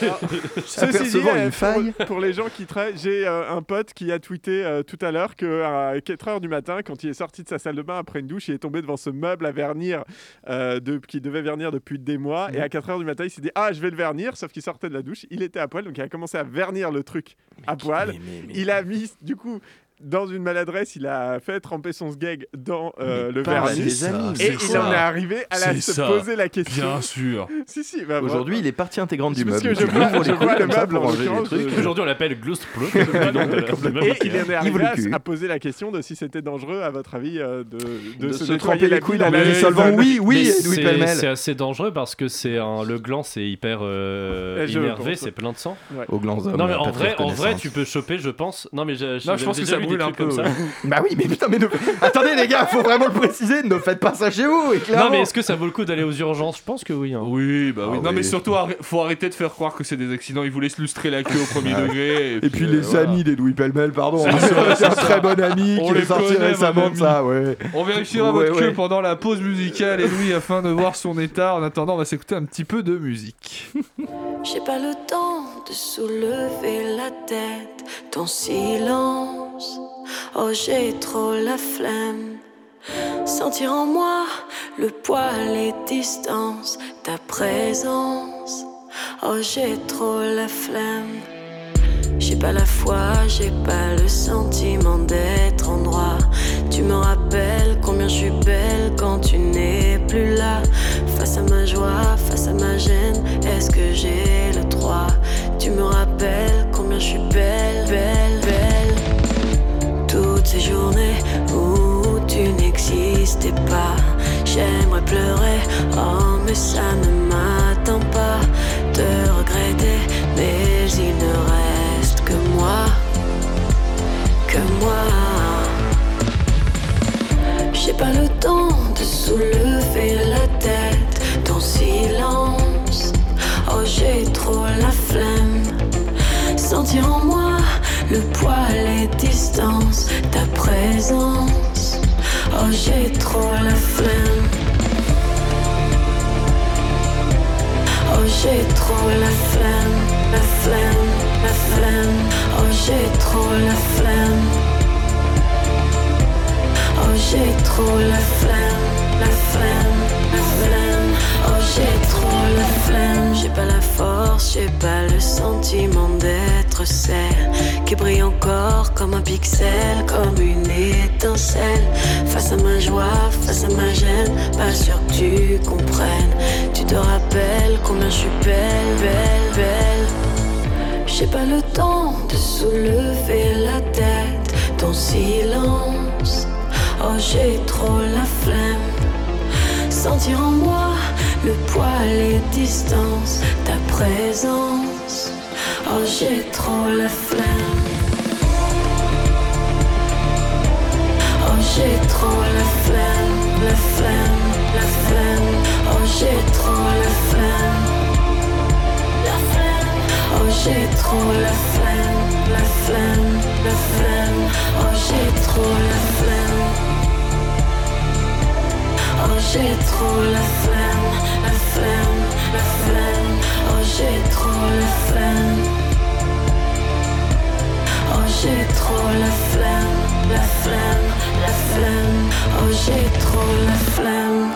Ceci dit,
Ah, Apercevant
euh,
une
pour-
faille.
Pour, les gens qui travaillent, j'ai euh, un pote qui a tweeté euh, tout à l'heure que à 4h du matin, quand il est sorti de sa salle de bain après une douche, il est tombé devant ce meuble à vernir euh, de, qui devait vernir depuis des mois.
Mmh.
Et à 4h du matin, il s'est dit Ah, je vais le vernir. Sauf qu'il sortait de la douche, il était à poil, donc il a commencé à vernir le truc à poil. Il a mis, du coup. dans une maladresse, il a fait tremper son sgeg dans euh,
Mais
le
pas
vernis.
les amis,
Et
c'est
il
ça.
en est arrivé à la-
C'est
se
ça.
poser la question.
Bien sûr.
si, si, bah,
Aujourd'hui, il est partie intégrante du
Parce
meuble.
que je
Il
vois-
ouvre
je
les
vois
couilles
le
comme ça
meuble,
pour
en
ranger les
l'occurrence,
trucs.
Aujourd'hui, on l'appelle Glostplot. le nom de la- de la
Et il en
matière.
est arrivé à, à poser la question de si c'était dangereux, à votre avis, euh, de, de,
De
se,
se
nettoyer
tremper
la
les couilles
bile à
dans
la-
le dissolvant, oui, oui,
Mais
Louis
c'est-
Pellemel.
C'est assez dangereux parce que c'est un- le gland, c'est hyper euh,
Eh, je
énervé,
pense.
c'est plein de sang.
Ouais. Au gland, ça,
Non,
on
mais
a
en
pas très
vrai, en vrai,
reconnaissance.
tu peux choper, je pense. Non, mais j'ai-
Non, je pense
j'ai
que
déjà
ça
vu
brûle
des
un
trucs
peu,
comme ça.
ouais. Bah oui, mais putain, mais ne- attendez les gars, faut vraiment le préciser, ne faites pas ça chez vous. et clairement.
Non, mais est-ce que ça vaut le coup d'aller aux urgences Je pense que oui. Oui, bah
Ah oui, non mais surtout arrê- faut arrêter de faire croire que c'est des accidents, ils vous laissent lustrer la queue au premier
Ouais.
degré.
Ah.
euh,
Et puis les amis des Louis Pellemel, pardon,
C'est
c'est
ça, c'est
un
ça.
très bon ami
On
qui
les
est sorti
connaît, mon
récemment de
ami.
ça, ouais.
On vérifiera
Ouais,
votre
ouais.
queue pendant la pause musicale et Louis afin de voir son état. En attendant, on va s'écouter un petit peu de musique.
J'ai pas le temps de soulever la tête, ton silence. Oh, j'ai trop la flemme. Sentir en moi le poids, les distances, ta présence. Oh, j'ai trop la flemme. J'ai pas la foi, j'ai pas le sentiment d'être en droit. Tu me rappelles combien je suis belle quand tu n'es plus là. Face à ma joie, face à ma gêne, est-ce que j'ai le droit Tu me rappelles combien je suis belle, belle, belle. Toutes ces journées où tu n'existais pas. J'aimerais pleurer, oh mais ça ne m'attend pas. Te regretter, mais il ne reste que moi, que moi. J'ai pas le temps de soulever la tête, ton silence. Oh, j'ai trop la flemme. Sentir en moi le poids, les distances, ta présence. Oh, j'ai trop la flemme. Oh, j'ai trop la flemme, la flemme, la flemme. Oh, j'ai trop la flemme. Oh, j'ai trop la flemme, la flemme, la flemme. Oh, j'ai trop la flemme. J'ai pas la force, j'ai pas le sentiment d'être celle qui brille encore comme un pixel, comme une étincelle. Face à ma joie, face à ma gêne, pas sûr que tu comprennes. Tu te rappelles combien je suis belle, belle, belle. J'ai pas le temps de soulever la tête, ton silence. Oh, j'ai trop la flemme. Sentir en moi le poids, les distances, ta présence. Oh, j'ai trop la flemme. Oh, j'ai trop la flemme, la flemme, la flemme. Oh, j'ai trop la flemme. La flemme. Oh, j'ai trop la flemme, la flemme, la flemme. Oh, j'ai trop la flemme. Oh, j'ai trop la flemme, la flemme, la flemme. Oh, j'ai trop la flemme. Oh, j'ai trop la flemme, la flemme, la flemme. Oh, j'ai trop la flemme.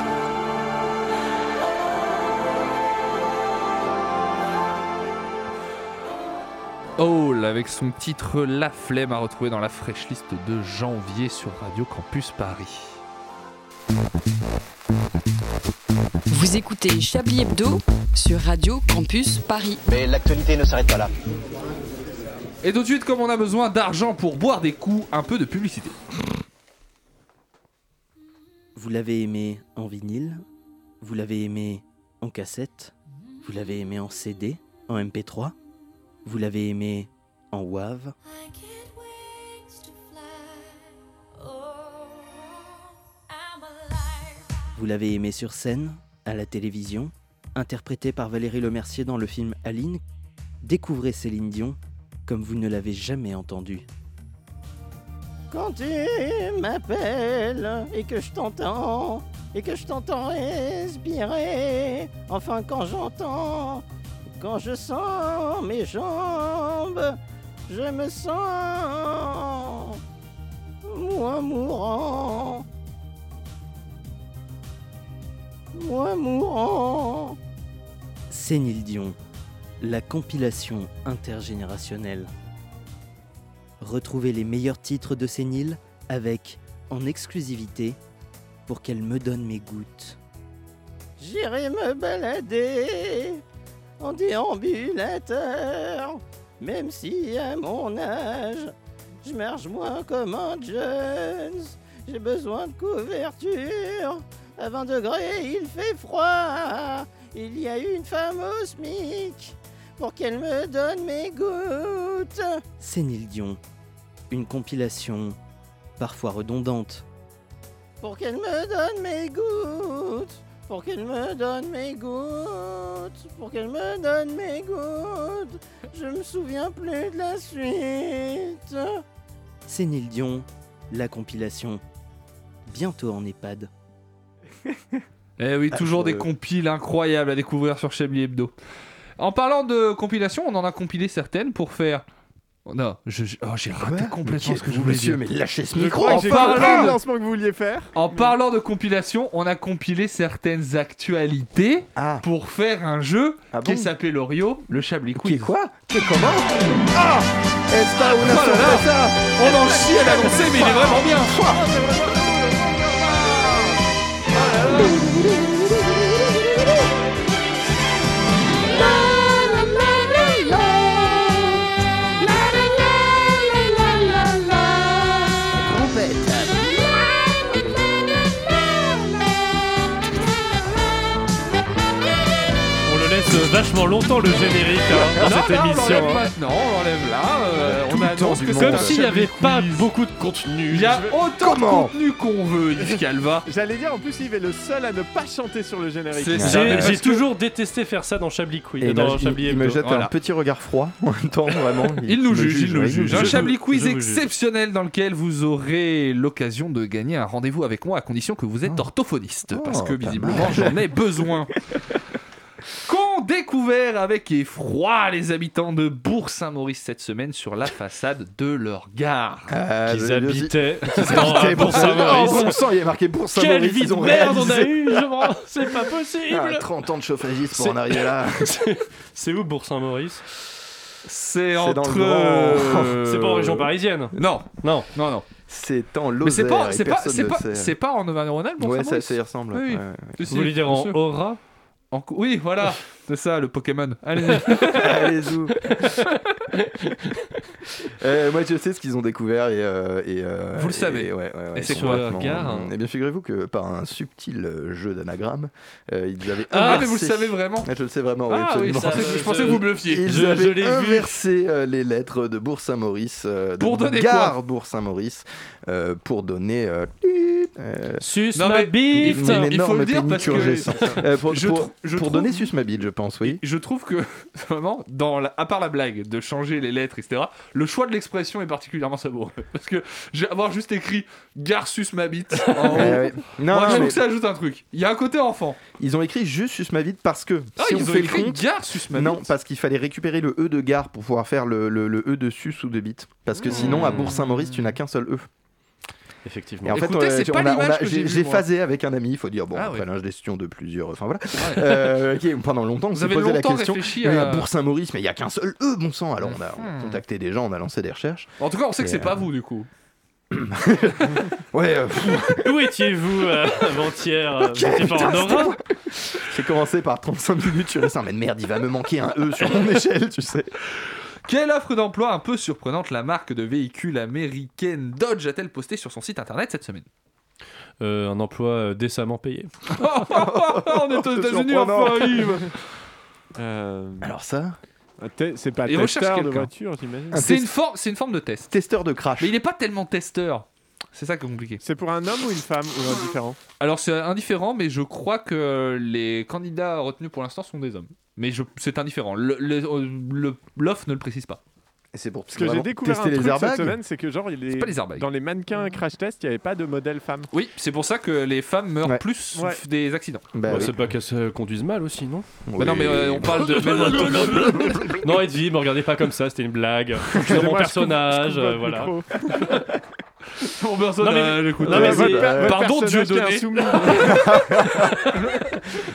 Hall avec son titre La flemme à retrouver dans la fraîche liste de janvier sur Radio Campus Paris.
Vous écoutez Chablis Hebdo sur Radio Campus Paris.
Mais l'actualité ne s'arrête pas là.
Et tout de suite, comme on a besoin d'argent pour boire des coups, un peu de publicité.
Vous l'avez aimé en vinyle, vous l'avez aimé en cassette, vous l'avez aimé en CD, en MP3, vous l'avez aimé en WAV. Vous l'avez aimé sur scène, à la télévision, interprété par Valérie Lemercier dans le film Aline. Découvrez Céline Dion comme vous ne l'avez jamais entendue.
Quand tu m'appelles et que je t'entends, et que je t'entends respirer, enfin quand j'entends, quand je sens mes jambes, je me sens moins mourant, moins mourant.
Sénil Dion, la compilation intergénérationnelle. Retrouvez les meilleurs titres de Sénile avec, en exclusivité, pour qu'elle me donne mes gouttes.
J'irai me balader en déambulateur, même si à mon âge, je marche moins comme un Jones. J'ai besoin de couverture. À 20 degrés, il fait froid. Il y a une femme au SMIC pour qu'elle me donne mes gouttes.
Sénile Dion, une compilation parfois redondante.
Pour qu'elle me donne mes gouttes. Pour qu'elle me donne mes gouttes. Pour qu'elle me donne mes gouttes. Je me souviens plus de la suite.
Sénile Dion, la compilation. Bientôt en EHPAD.
Eh oui, toujours des compiles incroyables à découvrir sur Chablis Hebdo. En parlant de compilation, on en a compilé certaines pour faire. Non, je- je- oh, j'ai
Ah,
raté complètement
qu'est-
ce que je
monsieur,
voulais dire.
mais lâchez ce
Je
micro,
crois
En
que Oh, j'ai compris le
parlant,
lancement que vous vouliez faire.
en parlant de compilation, on a compilé certaines actualités pour faire un jeu qui s'appelle Orio, le Chablis Quiz. Ah. Qui quoi Qui comment
Ah Esta una sorpresa
On en chie à l'annoncer, mais il est vraiment bien
On le laisse euh, vachement longtemps le générique hein, dans
Non,
cette
là, on l'enlève
émission. hein.
maintenant, on l'enlève là, euh, on annonce que c'est
Comme
un
s'il n'y
Chablis
avait
Quiz.
pas beaucoup de contenu.
Il y a autant de contenu qu'on veut, Yves Calva.
J'allais dire, en plus, Yves est le seul à ne pas chanter sur le générique.
Ah,
J'ai-
bah,
J'ai toujours détesté faire ça dans Chablis Quiz.
Et il
dans
me-
Chablis
il, il me
Hebdo.
jette
Voilà.
un petit regard froid en même temps, vraiment.
Il nous
me
juge, il nous
ouais,
juge. Un Chablis quiz
Je vous juge.
exceptionnel dans lequel vous aurez l'occasion de gagner un rendez-vous avec moi à condition que
Oh.
vous êtes orthophoniste. parce que visiblement, j'en ai besoin. Qu'ont découvert avec effroi les habitants de Bourg-Saint-Maurice cette semaine sur la façade de leur gare
Ah, vous avez bien dit-
Qu'ils
Ils habitaient pour Saint-Maurice. Oh, bon sang, il y a marqué pour Saint-Maurice.
Quelle vie
ils
de
ont
merde on
réalisé.
a eu, je me rends- C'est pas possible
Ah, 30 ans de Ah. chauffagiste pour
C'est-
en arriver là.
C'est- C'est où Bourg-Saint-Maurice
C'est
dans le
entre.
Grand.
C'est pas en région parisienne
Non.
Non.
Non, non.
euh, C'est en
Mais c'est
Lozère.
pas,
et
c'est pas,
personne
c'est
ne
pas,
sait.
c'est pas en Auvergne-Rhône-Alpes.
Ouais,
Bourg-Saint-Maurice
ça- ça y ressemble,
Oui,
ouais, ouais.
Si, si,
Vous voulez dire
bien
en
sûr.
aura
En co- Oui, voilà, c'est ça le Pokémon. Allez-y.
Allez-y. Euh, moi, je sais ce qu'ils ont découvert et. euh, et, euh,
Vous le
et-
savez.
ouais, ouais, ouais,
Et c'est
complètement.
quoi, gare
Eh bien, figurez-vous que par un subtil euh, jeu d'anagramme, euh, ils avaient.
Ah,
inversé-
mais vous le savez vraiment
Ah, Je le sais vraiment, oui,
Ah, oui,
absolument.
ça, Je pensais que- je je- pensais que vous bluffiez.
Ils
Je- je
avaient
l'ai vu.
inversé euh, les lettres de Bourg-Saint-Maurice. euh, de
Pour donner
Gare
quoi
Bourg-Saint-Maurice, euh, pour donner. euh, euh,
Suce
Non, ma mais- bite.
Une énorme
Il faut le dire parce que-
pénicurgescence. Euh, pour,
Je
pour-
trou- je
pour
trouve-
donner sus ma bite, je pense, oui.
Je trouve que, vraiment, dans la- à part la blague de changer les lettres, etc., le choix de l'expression est particulièrement savoureux. Parce que j'ai- avoir juste écrit Garsus ma bite en haut,
Ouais, ouais. Eh Non,
Oh. moi, je
non,
trouve
mais-
que ça ajoute un truc. Il y a un côté enfant.
Ils ont écrit juste sus ma bite parce que.
Ah,
si
ils
on
ont
fait
écrit
le compte,
Garsus ma bite.
Non, parce qu'il fallait récupérer le E de gare pour pouvoir faire le, le- le E de sus ou de bit. Parce que sinon, à Bourg-Saint-Maurice, tu n'as qu'un seul E.
Effectivement.
Et en
Écoutez,
fait,
c'est
on-
pas
on a- on
l'image
a-
que j'ai
j'ai
vue,
j'ai
moi.
phasé avec un ami. Il faut dire, bon,
Ah
après
ouais.
l'ingestion de plusieurs. Enfin voilà.
Ouais.
Euh, ok, pendant longtemps, on
Vous
s'est
avez
posé la
longtemps
question.
réfléchi
Mais
à-
à Bourg-Saint-Maurice, mais il n'y a qu'un seul E, bon sang. Alors on a, on a
Hmm.
contacté des gens, on a lancé des recherches.
En tout cas, on sait que
Et,
c'est
euh,
pas vous, du coup.
Ouais, euh,
Où étiez-vous euh, avant-hier euh, Vous étiez pas en
putain, c'était
aura
quoi J'ai commencé par 35 minutes sur le sein, mais merde, il va me manquer un E sur mon échelle, tu sais.
Quelle offre d'emploi un peu surprenante la marque de véhicules américaine Dodge a-t-elle postée sur son site internet cette semaine
Euh, Un emploi euh, décemment payé.
Ah, On est aux
C'est
États-Unis,
surprenant.
enfin, Yves Euh,
Alors ça
Ah, C'est pas
Il recherche
testeur de
quelqu'un.
voiture, j'imagine.
C'est une, forme, c'est une forme de test.
Testeur de crash.
Mais il n'est pas tellement testeur. C'est ça qui est compliqué.
C'est pour un homme ou une femme ou indifférent
Alors c'est indifférent, mais je crois que les candidats retenus pour l'instant sont des hommes. Mais je- c'est indifférent. Le- le- euh, le- L'offre ne le précise pas.
Et c'est pour
Parce que j'ai découvert un
tester les
truc cette
airbags
semaine, c'est que genre, il est-
C'est pas les airbags.
dans les mannequins crash test, il n'y avait pas de modèle femme.
Oui, c'est pour ça que les femmes meurent
Ouais.
plus
Ouais.
des accidents.
Bah
Bah,
oui.
C'est pas qu'elles se conduisent mal aussi, non
Bah non, mais euh, on parle de.
Non, Edvi, me regardez pas comme ça, c'était une blague. C'est mon
Excusez-moi, je coupe- je
personnage,
coupe
euh,
votre
voilà.
micro.
Pour personne,
Non, mais-
euh, j'écoute.
non, mais
Euh,
c'est-
voilà.
votre
Pardon,
personnage
Dieu
qui est
donné.
insoumis.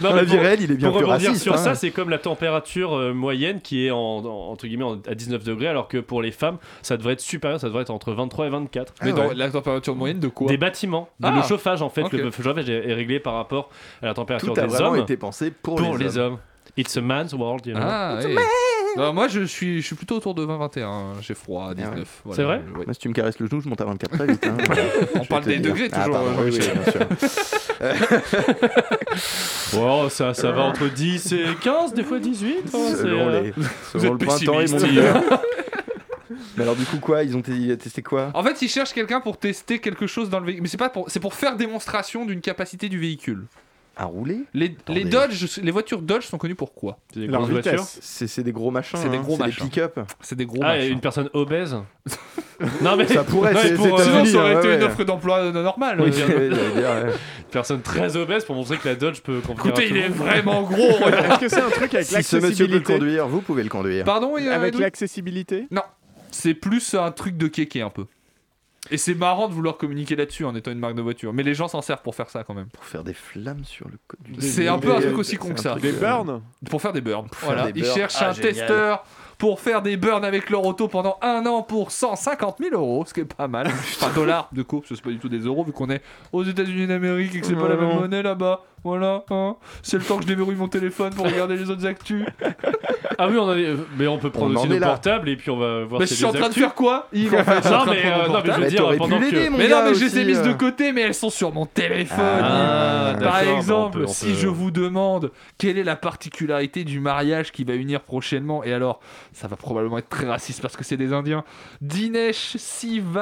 Dans la vie réelle, il est bien
pour
plus
rebondir
raciste,
sur
hein.
ça, c'est comme la température euh, moyenne qui est en, en- entre guillemets en- à 19 degrés, alors que pour les femmes, ça devrait être supérieur, ça devrait être entre 23 et 24.
Ah
Mais dans la température moyenne de quoi
Des bâtiments, de
Ah.
le chauffage en fait,
Ok.
le, le chauffage est, est réglé par rapport à la température
Tout a
des
vraiment
hommes.
été pensé pour les hommes.
hommes. It's a man's world, you know.
Ah, oui. Non, moi je suis, je suis plutôt autour de 20-21. hein. J'ai froid à 19. voilà.
Ah C'est vrai
Ouais.
Bah, si tu me caresses le genou, je monte à 24 très vite. hein. Je
On
vais
parle
te
des
dire.
degrés
Ah,
toujours. euh,
pardon, oui, oui,
Jean-Michel.
bien sûr.
Wow, ça, ça va entre 10 et 15, des fois 18. hein, c'est,
Selon
euh,
les-
vous
selon
êtes
le printemps et mon
pessimiste.
hiver. euh. Mais alors, du coup, quoi Ils ont t- ils ont testé quoi
En fait, ils cherchent quelqu'un pour tester quelque chose dans le véhicule. Mais c'est pas pour, c'est pour faire démonstration d'une capacité du véhicule.
À rouler
Les, les Dodge, les voitures Dodge sont connues pour quoi
C'est des Leur grosses vitesse. voitures
C'est c'est des gros machins.
C'est des
hein.
gros
C'est
machins.
des pick-up.
C'est des gros
Ah, et
machins.
une personne obèse Non, mais
Ça pourrait,
non, mais
c'est-
pour,
c'est
euh,
États-Unis,
Sinon, ça aurait
hein,
été
ouais.
une offre d'emploi euh, normale.
Oui,
Euh,
bien- Une personne très obèse pour montrer que la Dodge peut convenir à
Écoutez,
tout
il
le
est
monde.
vraiment gros. regarde.
Est-ce que c'est un truc avec
Si ce monsieur peut le
l'accessibilité
conduire, vous pouvez le conduire.
Pardon, il y a
Avec
un doute
l'accessibilité
Non, c'est plus un truc de kéké un peu. Et c'est marrant de vouloir communiquer là-dessus en étant une marque de voiture. Mais les gens s'en servent pour faire ça quand même.
Pour faire des flammes sur le code du
C'est un peu un truc aussi con que ça.
Des burns
Euh, Pour faire des burns.
faire
Voilà.
des
Ils
burns.
cherchent
Ah,
un
génial.
testeur pour faire des burns avec leur auto pendant un an pour 150 000 euros, ce qui est pas mal. Enfin, dollars de coup, parce que c'est pas du tout des euros vu qu'on est aux États-Unis d'Amérique et que c'est pas la
Non.
même monnaie là-bas. Voilà, hein. C'est le temps que je déverrouille mon téléphone pour regarder les autres actus.
Ah oui, on a des- mais on peut prendre
On en
aussi
est
nos
là.
portables et puis on va euh, voir
Mais
si
je suis en
des
train de
actus.
faire quoi Yves, en fait Je suis en
Non,
train de
mais,
prendre mon
euh, non, mais je
portable.
veux dire,
t'aurais pu
pendant
l'aider,
que.
mon
Mais
gars
non, mais je les ai
aussi,
mises de
euh.
côté, mais elles sont sur mon téléphone.
Ah,
Par
d'accord, bah, on
exemple,
peut- on
si
peut-
je vous demande quelle est la particularité du mariage qui va unir prochainement, et alors ça va probablement être très raciste parce que c'est des Indiens, Dinesh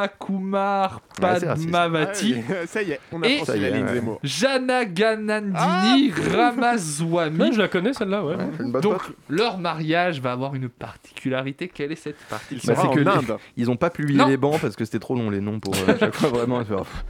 Sivakumar
Ouais, c'est raciste.
Padmavati.
Ah oui, Ça y est, on
Et
approche la ligne Ah, Zemmour.
Jana Ganandini
Ouais,
Ramaswamy.
je la connais celle-là, ouais.
Donc leur mariage va avoir une particularité. Quelle est cette particularité
Bah,
sera
c'est
en
que les-
Inde.
ils ont pas publié
Non.
les bancs parce que c'était trop long les noms pour euh, à chaque fois vraiment. c'est- pff.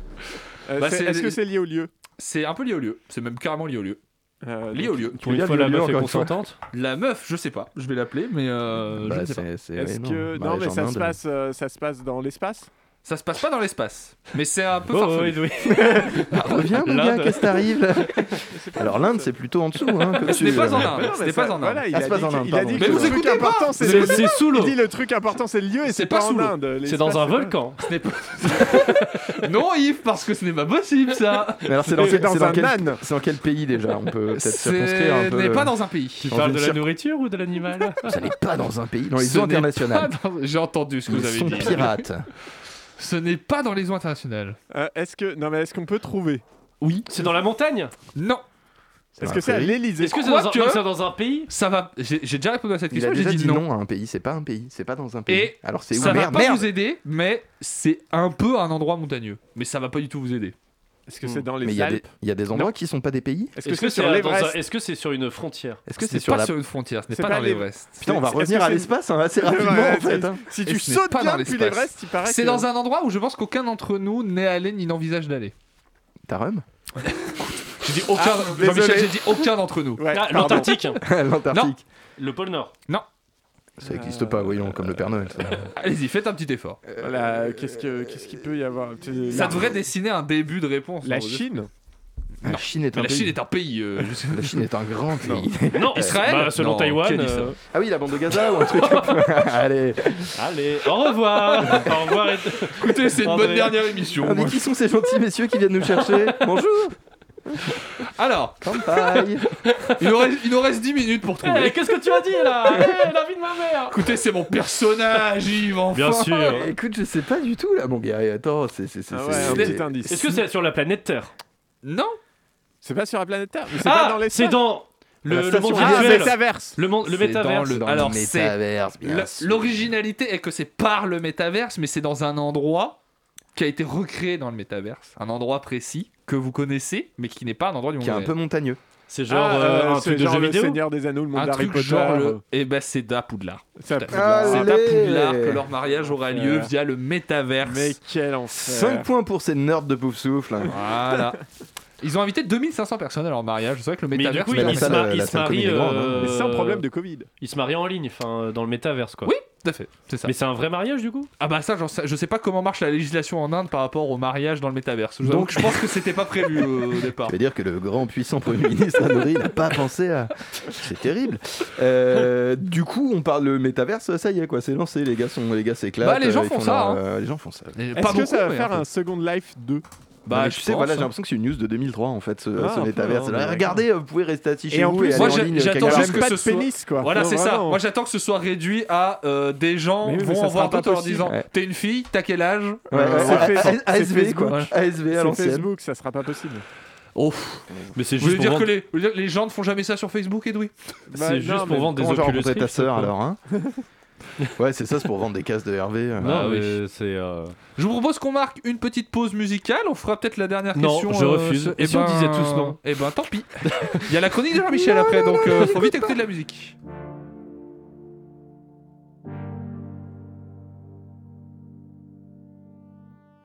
Euh,
Bah,
c'est-
c'est-
Est-ce que c'est lié au lieu
C'est un peu lié au lieu. C'est même carrément lié au lieu.
Euh,
Lié
donc-
au lieu.
Pour une
Regarde,
fois,
il y a
la
eu encore
meuf est
une fois.
consentante.
La meuf, je sais pas. Je vais l'appeler, mais euh, je
Bah,
ne sais pas.
c'est- c'est- ouais,
Est-ce
non,
que non Bah,
mariage
mais
en
ça se
Inde.
passe euh, ça se passe dans l'espace
Ça se passe pas dans l'espace, mais c'est un peu
Oh,
farfelu.
oui, oui.
Reviens mon
L'Inde.
gars, qu'est-ce t'arrive là Alors l'Inde c'est plutôt en dessous. Hein, que
Ce n'est
tu-
pas en Inde.
Ah, non,
Ce
mais
n'est
ça-
pas en Inde.
voilà, il
Ah,
a
c'est
dit
pas en
que-
Inde,
il a
pardon.
dit que
Mais vous
le truc
écoutez pas
important c'est
C'est
le-
c'est sous
Il
l'eau.
dit le truc important c'est le lieu et c'est pas,
pas sous
en
l'eau.
Inde.
C'est dans un
L'espace,
volcan.
Ce n'est pas... non, Yves, parce que ce n'est pas possible ça.
Mais alors c'est dans,
C'est
quel-
dans
c'est dans
un
quel...
âne.
c'est dans quel pays déjà On peut peut-être
Ce
circonscrire un peu.
n'est
le-
pas dans un pays.
Tu
Dans
parles
une
de la
cir-
nourriture ou de l'animal
Ça n'est pas dans un pays, dans
Ce
les eaux
n'est
internationales.
pas dans- J'ai entendu ce que
Ils
vous avez
sont
dit.
pirates.
Ce n'est pas dans les eaux internationales.
Euh, Est-ce que non mais est-ce qu'on peut trouver
Oui.
C'est dans la montagne
Non.
Est-ce
un
que c'est à
pays.
l'Élysée
Est-ce que c'est
Quoi
dans, un-
que-
non, c'est dans un pays
Ça va. J'ai j'ai déjà répondu à cette
Il a
question. J'ai
déjà
dit,
dit
non.
non à un pays, c'est pas un pays, c'est pas dans un pays.
Et
Alors c'est où
Ça va
merde,
pas
merde
vous aider, mais c'est un peu un endroit montagneux. Mais ça va pas du tout vous aider.
Est-ce que c'est dans
Mais il
les
y, a des-
Alpes
il y a des endroits qui sont pas des pays
Est-ce que
Est-ce que
c'est
c'est
sur
dans un-
l'Everest
est-ce que c'est sur une frontière
Est-ce que
Ce n'est
c'est sur
pas
la
sur une frontière. Ce n'est
C'est
pas
pas
dans
les-
l'Everest.
Putain, on va
Est-ce que
revenir à
c'est-
l'espace hein, assez rapidement
Ouais,
en fait.
c'est-
hein.
Si
Et
tu
ce n'est
sautes
pas
bien
dans
depuis
l'espace.
l'Everest, il paraît
C'est
que-
dans un endroit où je pense qu'aucun d'entre nous n'est allé ni n'envisage d'aller.
Tarum
J'ai dit aucun.
Ah,
Jean-Michel,
désolé.
j'ai dit aucun d'entre nous.
Ouais,
Ah,
pardon.
L'Antarctique
L'Antarctique.
Le pôle Nord
Ça n'existe pas, voyons, comme le Père Noël. ça.
Allez-y, faites un petit effort.
Euh, Voilà, qu'est-ce que qu'est-ce qu'il peut y
Oh,
avoir Tu-
Ça
la-
devrait dessiner un début de réponse.
la
non, vous-
Chine
La Chine est
Mais
un
la
pays.
Chine est un pays. euh, je sais-
La Chine est un grand pays. Euh,
Non,
Israël
bah, Selon
Non, qui
Taïwan.
a dit ça
euh,
Ah oui, la bande de Gaza ou un truc. comme ça. Allez.
Allez, au revoir Au revoir et-
Écoutez, c'est une bonne
André.
dernière
Ah,
émission.
mais qui sont ces gentils messieurs qui viennent nous chercher Bonjour
Alors,
Kampai
il nous, reste, il nous reste 10 minutes pour
Eh,
trouver.
Qu'est-ce que tu as dit là Eh, La vie de ma mère
Écoutez, c'est mon personnage, Yves, enfin.
Bien sûr
Écoute, je sais pas du tout là, mon gars. Et Attends, c'est. c'est- c'est-
Ah ouais,
c'est-
un petit indice.
Est-ce que c'est sur la planète Terre
Non
c'est pas sur la planète Terre mais C'est pas
Ah
dans l'espace.
C'est dans
La
le le
station
monde
Ah,
virtuel.
virtuel
métaverse.
Le monde-
C'est
le
dans
métaverse
le-
Dans
alors,
le
c'est
métaverse, bien
La-
sûr.
L'originalité est que c'est par le métaverse, mais c'est dans un endroit qui a été recréé dans le métaverse. Un endroit précis que vous connaissez, mais qui n'est pas un endroit du monde.
Qui est un
réel.
peu montagneux.
C'est genre
Ah,
euh, un
c'est
truc de
genre
jeu
le
vidéo
Seigneur des Anneaux, le monde
un
d'Harry
truc
Potter.
genre
euh,
le... Eh ben c'est d'Apoudlard.
c'est à
Tout à fait.
Poudlard.
Allez.
C'est à Poudlard que leur mariage aura lieu
Enfer.
via le métaverse.
Mais quel enfer
5 points pour ces nerds de pouf souffle.
Voilà. Ils ont invité 2500 personnes à leur mariage. C'est vrai que le
Mais du
métaverse.
coup,
la
il se
salle-
ma-
la
il se
salle commune
marie
est grande, hein.
euh,
Mais sans problème de Covid.
Il se marie en ligne, enfin euh, dans le métaverse quoi.
Oui. Tout à fait, c'est ça.
Mais c'est un vrai mariage du coup
Ah bah ça, j'en sais- je sais pas comment marche la législation en Inde par rapport au mariage dans le métaverse. Donc je pense que c'était pas prévu euh, au départ.
Ça veut dire que le grand puissant Premier ministre Anouri n'a pas pensé à. C'est terrible. Euh, du coup, on parle le métaverse, ça y est, quoi, c'est lancé. Les gars sont, les gars euh, s'éclate.
Bah, les gens font ça,
Les gens font ça.
Est-ce que ça va faire un Second Life 2
Bah, tu sais, voilà, j'ai l'impression que c'est une news de 2003 en fait, ce,
Ah,
ce
un peu,
métaverse.
hein,
Là,
ouais.
regardez, vous pouvez rester assis chez
Et en
vous
plus,
aller
moi,
en
j'a-
ligne,
J'attends
quelque part.
juste que ce soit... Voilà, c'est ça. Moi, j'attends que ce soit réduit à euh, des gens
Mais oui, mais
vont
ça
en voir
sera pas
d'autres en leur
possible.
disant
Ouais.
T'es une fille, t'as quel âge
Ouais, ouais,
voilà.
c'est fait-
Voilà.
ASV, quoi.
Voilà.
ASV à
Sur
l'ancienne.
Facebook, ça sera pas possible.
Ouf.
Mais c'est
Vous voulez
juste
dire
pour vendre-
que les, vous voulez dire que les gens ne font jamais ça sur Facebook, Edoui
Bah, C'est non, juste pour mais- vendre
Comment j'ai rencontré ta sœur alors hein Ouais, c'est ça, c'est pour vendre des cases de Hervé. euh.
Non, mais Ah, c'est. euh,
Je vous propose qu'on marque une petite pause musicale. On fera peut-être la dernière
Non,
question.
je refuse.
ce-
Et si on disait tous non
Eh ben, tant pis. Il y a la chronique de Jean-Michel après, donc euh, faut vite écouter de la musique.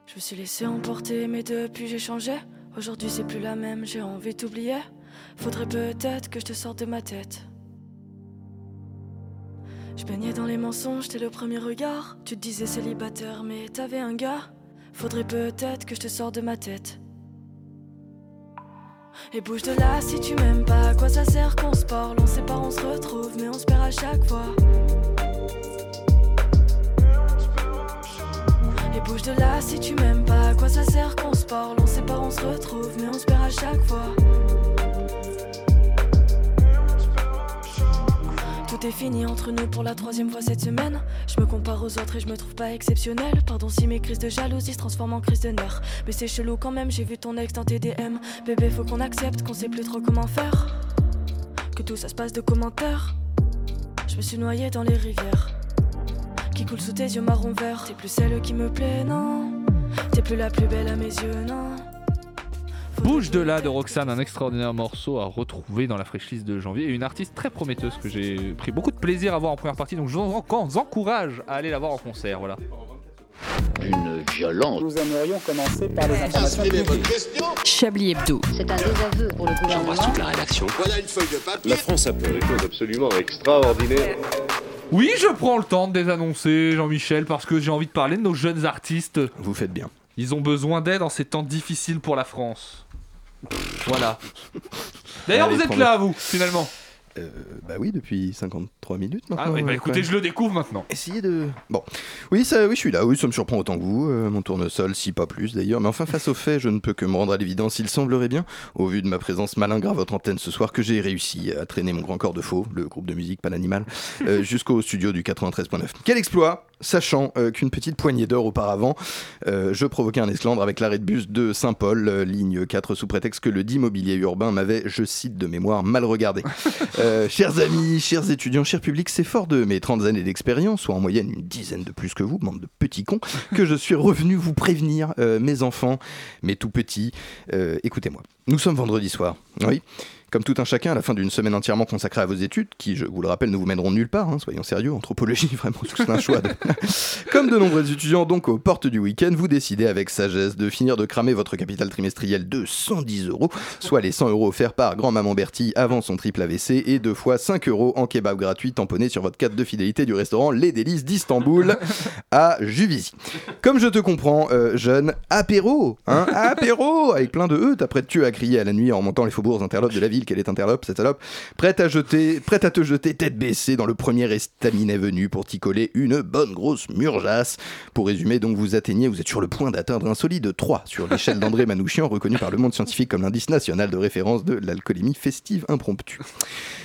Je me suis laissé emporter, mais depuis j'ai changé. Aujourd'hui c'est plus la même, j'ai envie d'oublier. Faudrait peut-être que je te sorte de ma tête. Je baignais dans les mensonges, t'es le premier regard. Tu te disais célibataire, mais t'avais un gars. Faudrait peut-être que je te sorte de ma tête. Et bouge de là si tu m'aimes pas, à quoi ça sert qu'on se parle On sait pas, on se retrouve, mais on se perd à chaque fois. Et bouge de là si tu m'aimes pas, à quoi ça sert qu'on se parle On sait pas, on se retrouve, mais on se perd à chaque fois. Tout est fini entre nous pour la troisième fois cette semaine. Je me compare aux autres et je me trouve pas exceptionnel. Pardon si mes crises de jalousie se transforment en crises de nerfs. Mais c'est chelou quand même, j'ai vu ton ex dans tes DM. Bébé, faut qu'on accepte qu'on sait plus trop comment faire. Que tout ça se passe de commentaires. Je me suis noyée dans les rivières qui coule sous tes yeux marron vert. T'es plus celle qui me plaît, non. T'es plus la plus belle à mes yeux, non.
Bouge de là de Roxane, un extraordinaire morceau à retrouver dans la fraîche liste de janvier et une artiste très prometteuse que j'ai pris beaucoup de plaisir à voir en première partie donc je vous en- vous encourage à aller la voir en concert. Voilà.
Une violence.
Nous aimerions commencer par les informations
Chablis Hebdo.
C'est un désaveu pour le gouvernement.
la rédaction. Voilà une feuille de papier. La France a fait des choses absolument extraordinaires.
Oui, je prends le temps de désannoncer Jean-Michel parce que j'ai envie de parler de nos jeunes artistes.
Vous faites bien.
Ils ont besoin d'aide en ces temps difficiles pour la France. Voilà. D'ailleurs,
Allez,
vous êtes
prends-le.
là, vous, finalement.
Euh, bah oui, depuis 53 minutes maintenant.
Ah oui, bah écoutez,
Ouais.
je le découvre maintenant.
Essayez de. Bon, oui, ça, oui, je suis là. Oui, ça me surprend autant que vous. Euh, mon tournesol, si pas plus d'ailleurs. Mais enfin, face aux faits, je ne peux que me rendre à l'évidence. Il semblerait bien, au vu de ma présence malingre à votre antenne ce soir, que j'ai réussi à traîner mon grand corps de faux, le groupe de musique Pas l'animal, euh, jusqu'au studio du 93.9. Quel exploit Sachant euh, qu'une petite poignée d'heures auparavant, euh, je provoquais un esclandre avec l'arrêt de bus de Saint-Paul, euh, ligne 4, sous prétexte que le dit mobilier urbain m'avait, je cite de mémoire, mal regardé. Euh, chers amis, chers étudiants, chers publics, c'est fort de mes 30 années d'expérience, soit en moyenne une dizaine de plus que vous, bande de petits cons, que je suis revenu vous prévenir, euh, mes enfants, mes tout petits. Euh, Écoutez-moi, nous sommes vendredi soir, oui. Comme tout un chacun, à la fin d'une semaine entièrement consacrée à vos études, qui, je vous le rappelle, ne vous mèneront nulle part, hein, soyons sérieux, anthropologie, vraiment, tout un choix. de- Comme de nombreux étudiants, donc, aux portes du week-end, vous décidez avec sagesse de finir de cramer votre capital trimestriel de 110 euros, soit les 100 euros offerts par grand-maman Bertie avant son triple AVC, et deux fois 5 euros en kebab gratuit tamponné sur votre carte de fidélité du restaurant Les Délices d'Istanbul à Juvisy. Comme je te comprends, euh, jeune, apéro, hein, apéro, avec plein de E, t'as près de tu à crier à la nuit en montant les faubourgs interlopes de la ville, qu'elle est interlope, cette salope, prête à, jeter, prête à te jeter tête baissée dans le premier estaminet venu pour t'y coller une bonne grosse murgeasse. Pour résumer, donc vous atteignez, vous êtes sur le point d'atteindre un solide 3 sur l'échelle d'André Manouchian, reconnu par le monde scientifique comme l'indice national de référence de l'alcoolémie festive impromptue.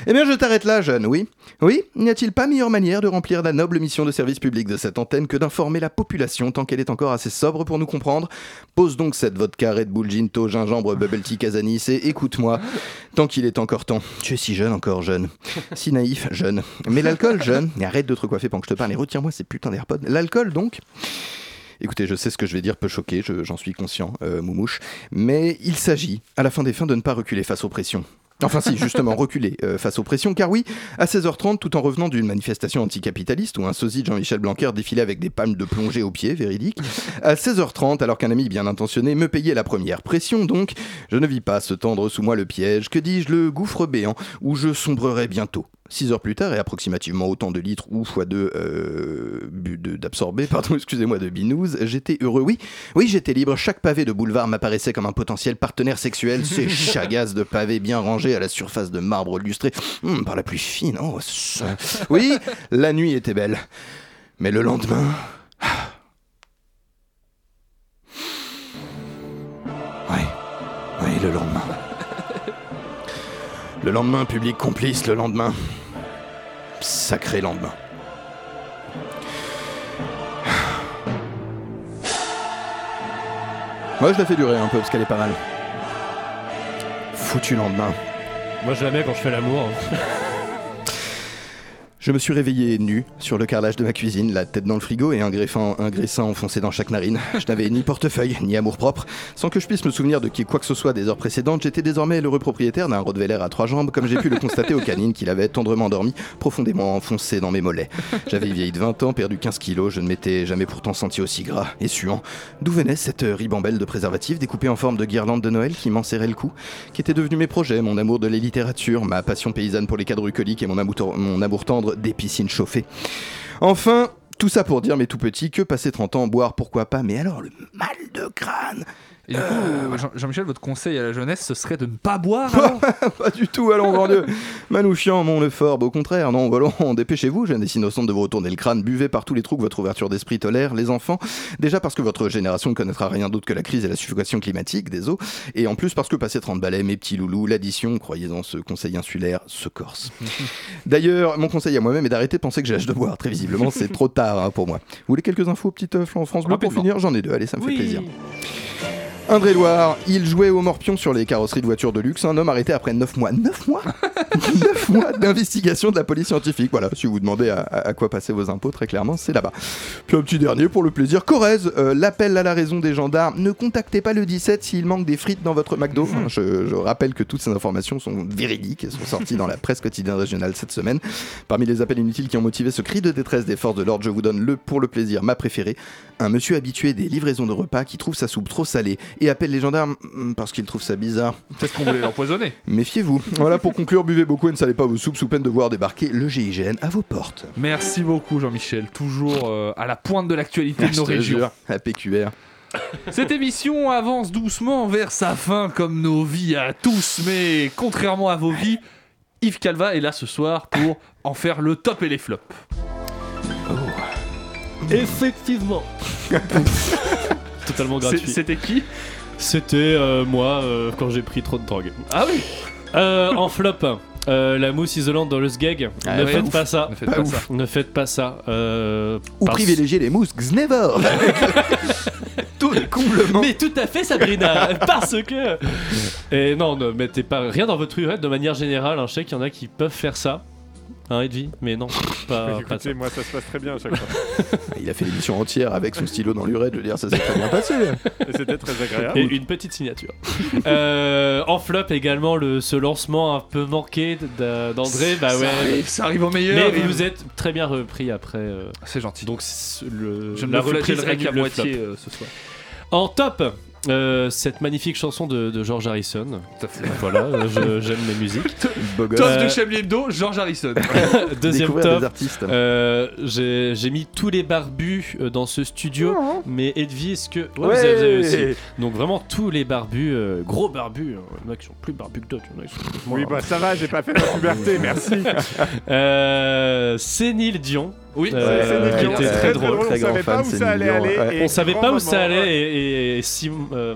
Eh bien, je t'arrête là, jeune, oui. Oui, n'y a-t-il pas meilleure manière de remplir la noble mission de service public de cette antenne que d'informer la population tant qu'elle est encore assez sobre pour nous comprendre Pose donc cette vodka Red Bull Ginto, gingembre, bubble tea, casanis et écoute-moi, tant qu'il est encore temps. Tu es si jeune encore, jeune. Si naïf, jeune. Mais l'alcool, jeune. Et arrête de te coiffer pendant que je te parle et retire-moi ces putains d'AirPods. L'alcool, donc Écoutez, je sais ce que je vais dire peut choquer, je- j'en suis conscient, euh, Moumouche, mais il s'agit, à la fin des fins, de ne pas reculer face aux pressions. Enfin si, justement, reculer euh, face aux pressions, car oui, à 16h30, tout en revenant d'une manifestation anticapitaliste où un sosie de Jean-Michel Blanquer défilait avec des palmes de plongée aux pieds, véridique, à 16h30, alors qu'un ami bien intentionné me payait la première pression, donc, je ne vis pas se tendre sous moi le piège, que dis-je, le gouffre béant, où je sombrerai bientôt. 6 heures plus tard et approximativement autant de litres ou fois euh, 2 d'absorbés, pardon, excusez-moi, de binouze, j'étais heureux, oui, oui, j'étais libre, chaque pavé de boulevard m'apparaissait comme un potentiel partenaire sexuel, ces chagasses de pavés bien rangés à la surface de marbre lustré, Hum, par la pluie fine, oh, ça- oui, la nuit était belle, mais le lendemain... ah. Oui, oui, le lendemain. Le lendemain, public complice, le lendemain. Sacré lendemain. Moi, je la fais durer un peu parce qu'elle est pas mal. Foutu lendemain.
Moi je la mets quand je fais l'amour. hein.
Je me suis réveillé nu sur le carrelage de ma cuisine, la tête dans le frigo et un, greffin, un graissin enfoncé dans chaque narine. Je n'avais ni portefeuille, ni amour-propre. Sans que je puisse me souvenir de qui quoi que ce soit des heures précédentes, j'étais désormais l'heureux propriétaire d'un Rottweiler à trois jambes, comme j'ai pu le constater au canine qu'il avait tendrement dormi, profondément enfoncé dans mes mollets. J'avais vieilli de 20 ans, perdu 15 kilos, je ne m'étais jamais pourtant senti aussi gras et suant. D'où venait cette ribambelle de préservatifs découpée en forme de guirlande de Noël qui m'en serrait le cou, qui était devenu mes projets, mon amour de la littérature, ma passion paysanne pour les cadres bucoliques et mon amour, tor- mon amour tendre des piscines chauffées. Enfin, tout ça pour dire, mes tout petits, que passer 30 ans, boire, pourquoi pas, mais alors le mal de crâne
Et du coup,
Euh,
Jean- Jean-Michel, votre conseil à la jeunesse, ce serait de ne pas boire
Pas du tout, allons, grand Dieu Manouchian, mon Lefort, au contraire, non, allons, dépêchez-vous, jeunesse innocente de vous retourner le crâne, buvez par tous les trous que votre ouverture d'esprit tolère, les enfants, déjà parce que votre génération ne connaîtra rien d'autre que la crise et la suffocation climatique des eaux, et en plus parce que passer 30 balais, mes petits loulous, l'addition, croyez-en, ce conseil insulaire se corse. D'ailleurs, mon conseil à moi-même est d'arrêter de penser que j'ai l'âge de boire, très visiblement, c'est trop tard hein, pour moi. Vous voulez quelques infos, petite euh, en France Bleu, pour finir J'en ai deux, allez, ça me fait plaisir. Indre-et-Loire, il jouait au morpion sur les carrosseries de voitures de luxe. Un homme arrêté après 9 mois. 9 mois 9 mois d'investigation de la police scientifique. Voilà, si vous demandez à, à- à quoi passer vos impôts, très clairement, c'est là-bas. Puis un petit dernier pour le plaisir. Corrèze, euh, l'appel à la raison des gendarmes. Ne contactez pas le 17 s'il manque des frites dans votre McDo. Enfin, je, je rappelle que toutes ces informations sont véridiques et sont sorties dans la presse quotidienne régionale cette semaine. Parmi les appels inutiles qui ont motivé ce cri de détresse des forces de l'ordre, je vous donne le pour le plaisir, ma préférée. Un monsieur habitué des livraisons de repas qui trouve sa soupe trop salée et appelle les gendarmes hmm, parce qu'il trouve ça bizarre.
Peut-être qu'on voulait l'empoisonner.
Méfiez-vous. Voilà pour conclure, buvez beaucoup et ne salez pas vos soupes sous peine de voir débarquer le GIGN à vos portes.
Merci beaucoup, Jean-Michel. Toujours euh, à la pointe de l'actualité de
Je
nos
te
régions.
jure, la PQR.
Cette émission avance doucement vers sa fin, comme nos vies à tous. Mais contrairement à vos vies, Yves Calva est là ce soir pour en faire le top et les flops.
Effectivement. Totalement
C'est-
gratuit.
C'était qui
C'était euh, moi euh, quand j'ai pris trop de drogue.
Ah oui
En flop, euh, la mousse isolante dans le sgeg.
Ah
ne,
ouais,
faites
ouf.
pas ça.
Ne faites Pas pas ouf.
ça. Ne faites pas ça. euh,
Ou
parce-
privilégiez les mousses Xnevor. Tout comblement.
Mais tout à fait, Sabrina, parce que. Et non, ne mettez pas rien dans votre urette de manière générale. hein, Je sais qu'il y en a qui peuvent faire ça. Hein, Edvi Mais non,
Ah,
pas, pas ça.
Écoutez, moi, ça se passe très bien à chaque fois.
Il a fait l'émission entière avec son stylo dans l'urette, je veux dire, ça s'est très bien passé.
Et c'était très agréable.
Et une petite signature. Euh, en flop également, le, ce lancement un peu manqué d'A-
Ça
d'André. Bah ouais.
arrive, ça arrive au meilleur,
Mais
et-
vous êtes très bien repris après. euh.
C'est gentil.
Donc c'est- le,
Je ne
la
me flagellerai
reprise annule
qu'à
le
moitié,
flop.
euh, ce soir.
En top euh, cette magnifique chanson de, de George Harrison. Voilà, euh, je- j'aime les musiques.
Top
Euh,
de Chablis Hebdo, George Harrison.
Deuxième
Découvrir
top.
des
euh, j'ai j'ai mis tous les barbus euh, dans ce studio, mais Edvi, est-ce que.
Ouais.
vous avez- vous avez aussi. Donc vraiment tous les barbus, euh, gros barbus. hein. Il y en a qui sont plus barbus que d'autres. il y en a qui sont plus-
Oui, bah ça va, j'ai pas fait ma puberté, merci.
Euh, c'est Neil Dion.
Oui,
Euh,
c'est Céline
qui
Dion,
était
c'est
très
très
drôle.
drôle, on Très savait grand pas fan, où ça Céline allait Dion, aller, ouais. et
On savait
grand
pas où ça
moment,
allait et, et Sim- euh,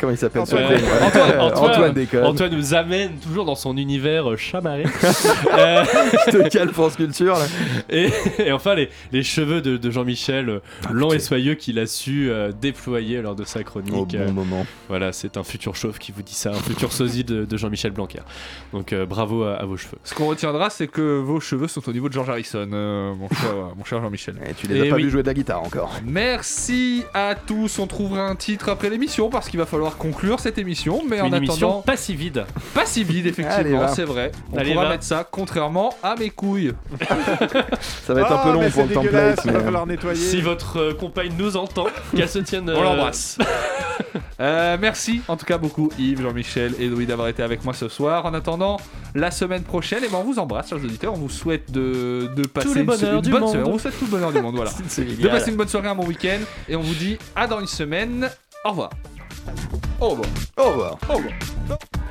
Comment il s'appelle ce
euh,
con
Antoine, Antoine,
Antoine déconne.
Antoine nous amène toujours dans son univers euh, chamarré. Euh,
Je te cale France Culture là.
et, et enfin les, les cheveux de, de Jean-Michel euh,
Ah,
lents et soyeux qu'il a su euh, déployer lors de sa chronique. euh,
Au bon moment.
Voilà, c'est un futur chauve qui vous dit ça, un futur sosie de, de Jean-Michel Blanquer. Donc euh, bravo à, à vos cheveux.
Ce qu'on retiendra, c'est que vos cheveux sont au niveau de George Harrison, euh, mon cher, mon cher Jean-Michel.
Et tu les as pas vu jouer de la guitare encore.
Merci à tous. On trouvera un titre après l'émission parce qu'il va falloir pouvoir conclure cette émission, mais en
Une émission
attendant.
pas si vide.
Pas si vide,
Allez,
effectivement,
va.
c'est vrai. On
Allez,
pourra
va.
mettre ça, contrairement à mes couilles.
Ça va être un peu long pour le template. mais, euh,
Si votre euh, compagne nous entend, qu'elle se tienne.
On l'embrasse. Euh, merci en tout cas beaucoup Yves, Jean-Michel et Louis d'avoir été avec moi ce soir. En attendant, la semaine prochaine, et ben on vous embrasse, chers auditeurs. On vous souhaite de, de passer
le
une, se-
bonheur
Bah, une
du
bonne
monde.
soirée. On vous souhaite tout le bonheur du monde. Voilà. Eh ben,
C'est
de
génial.
passer une bonne soirée, un bon week-end. Et on vous dit à dans une semaine. Au revoir. Au revoir. Au revoir. Au revoir.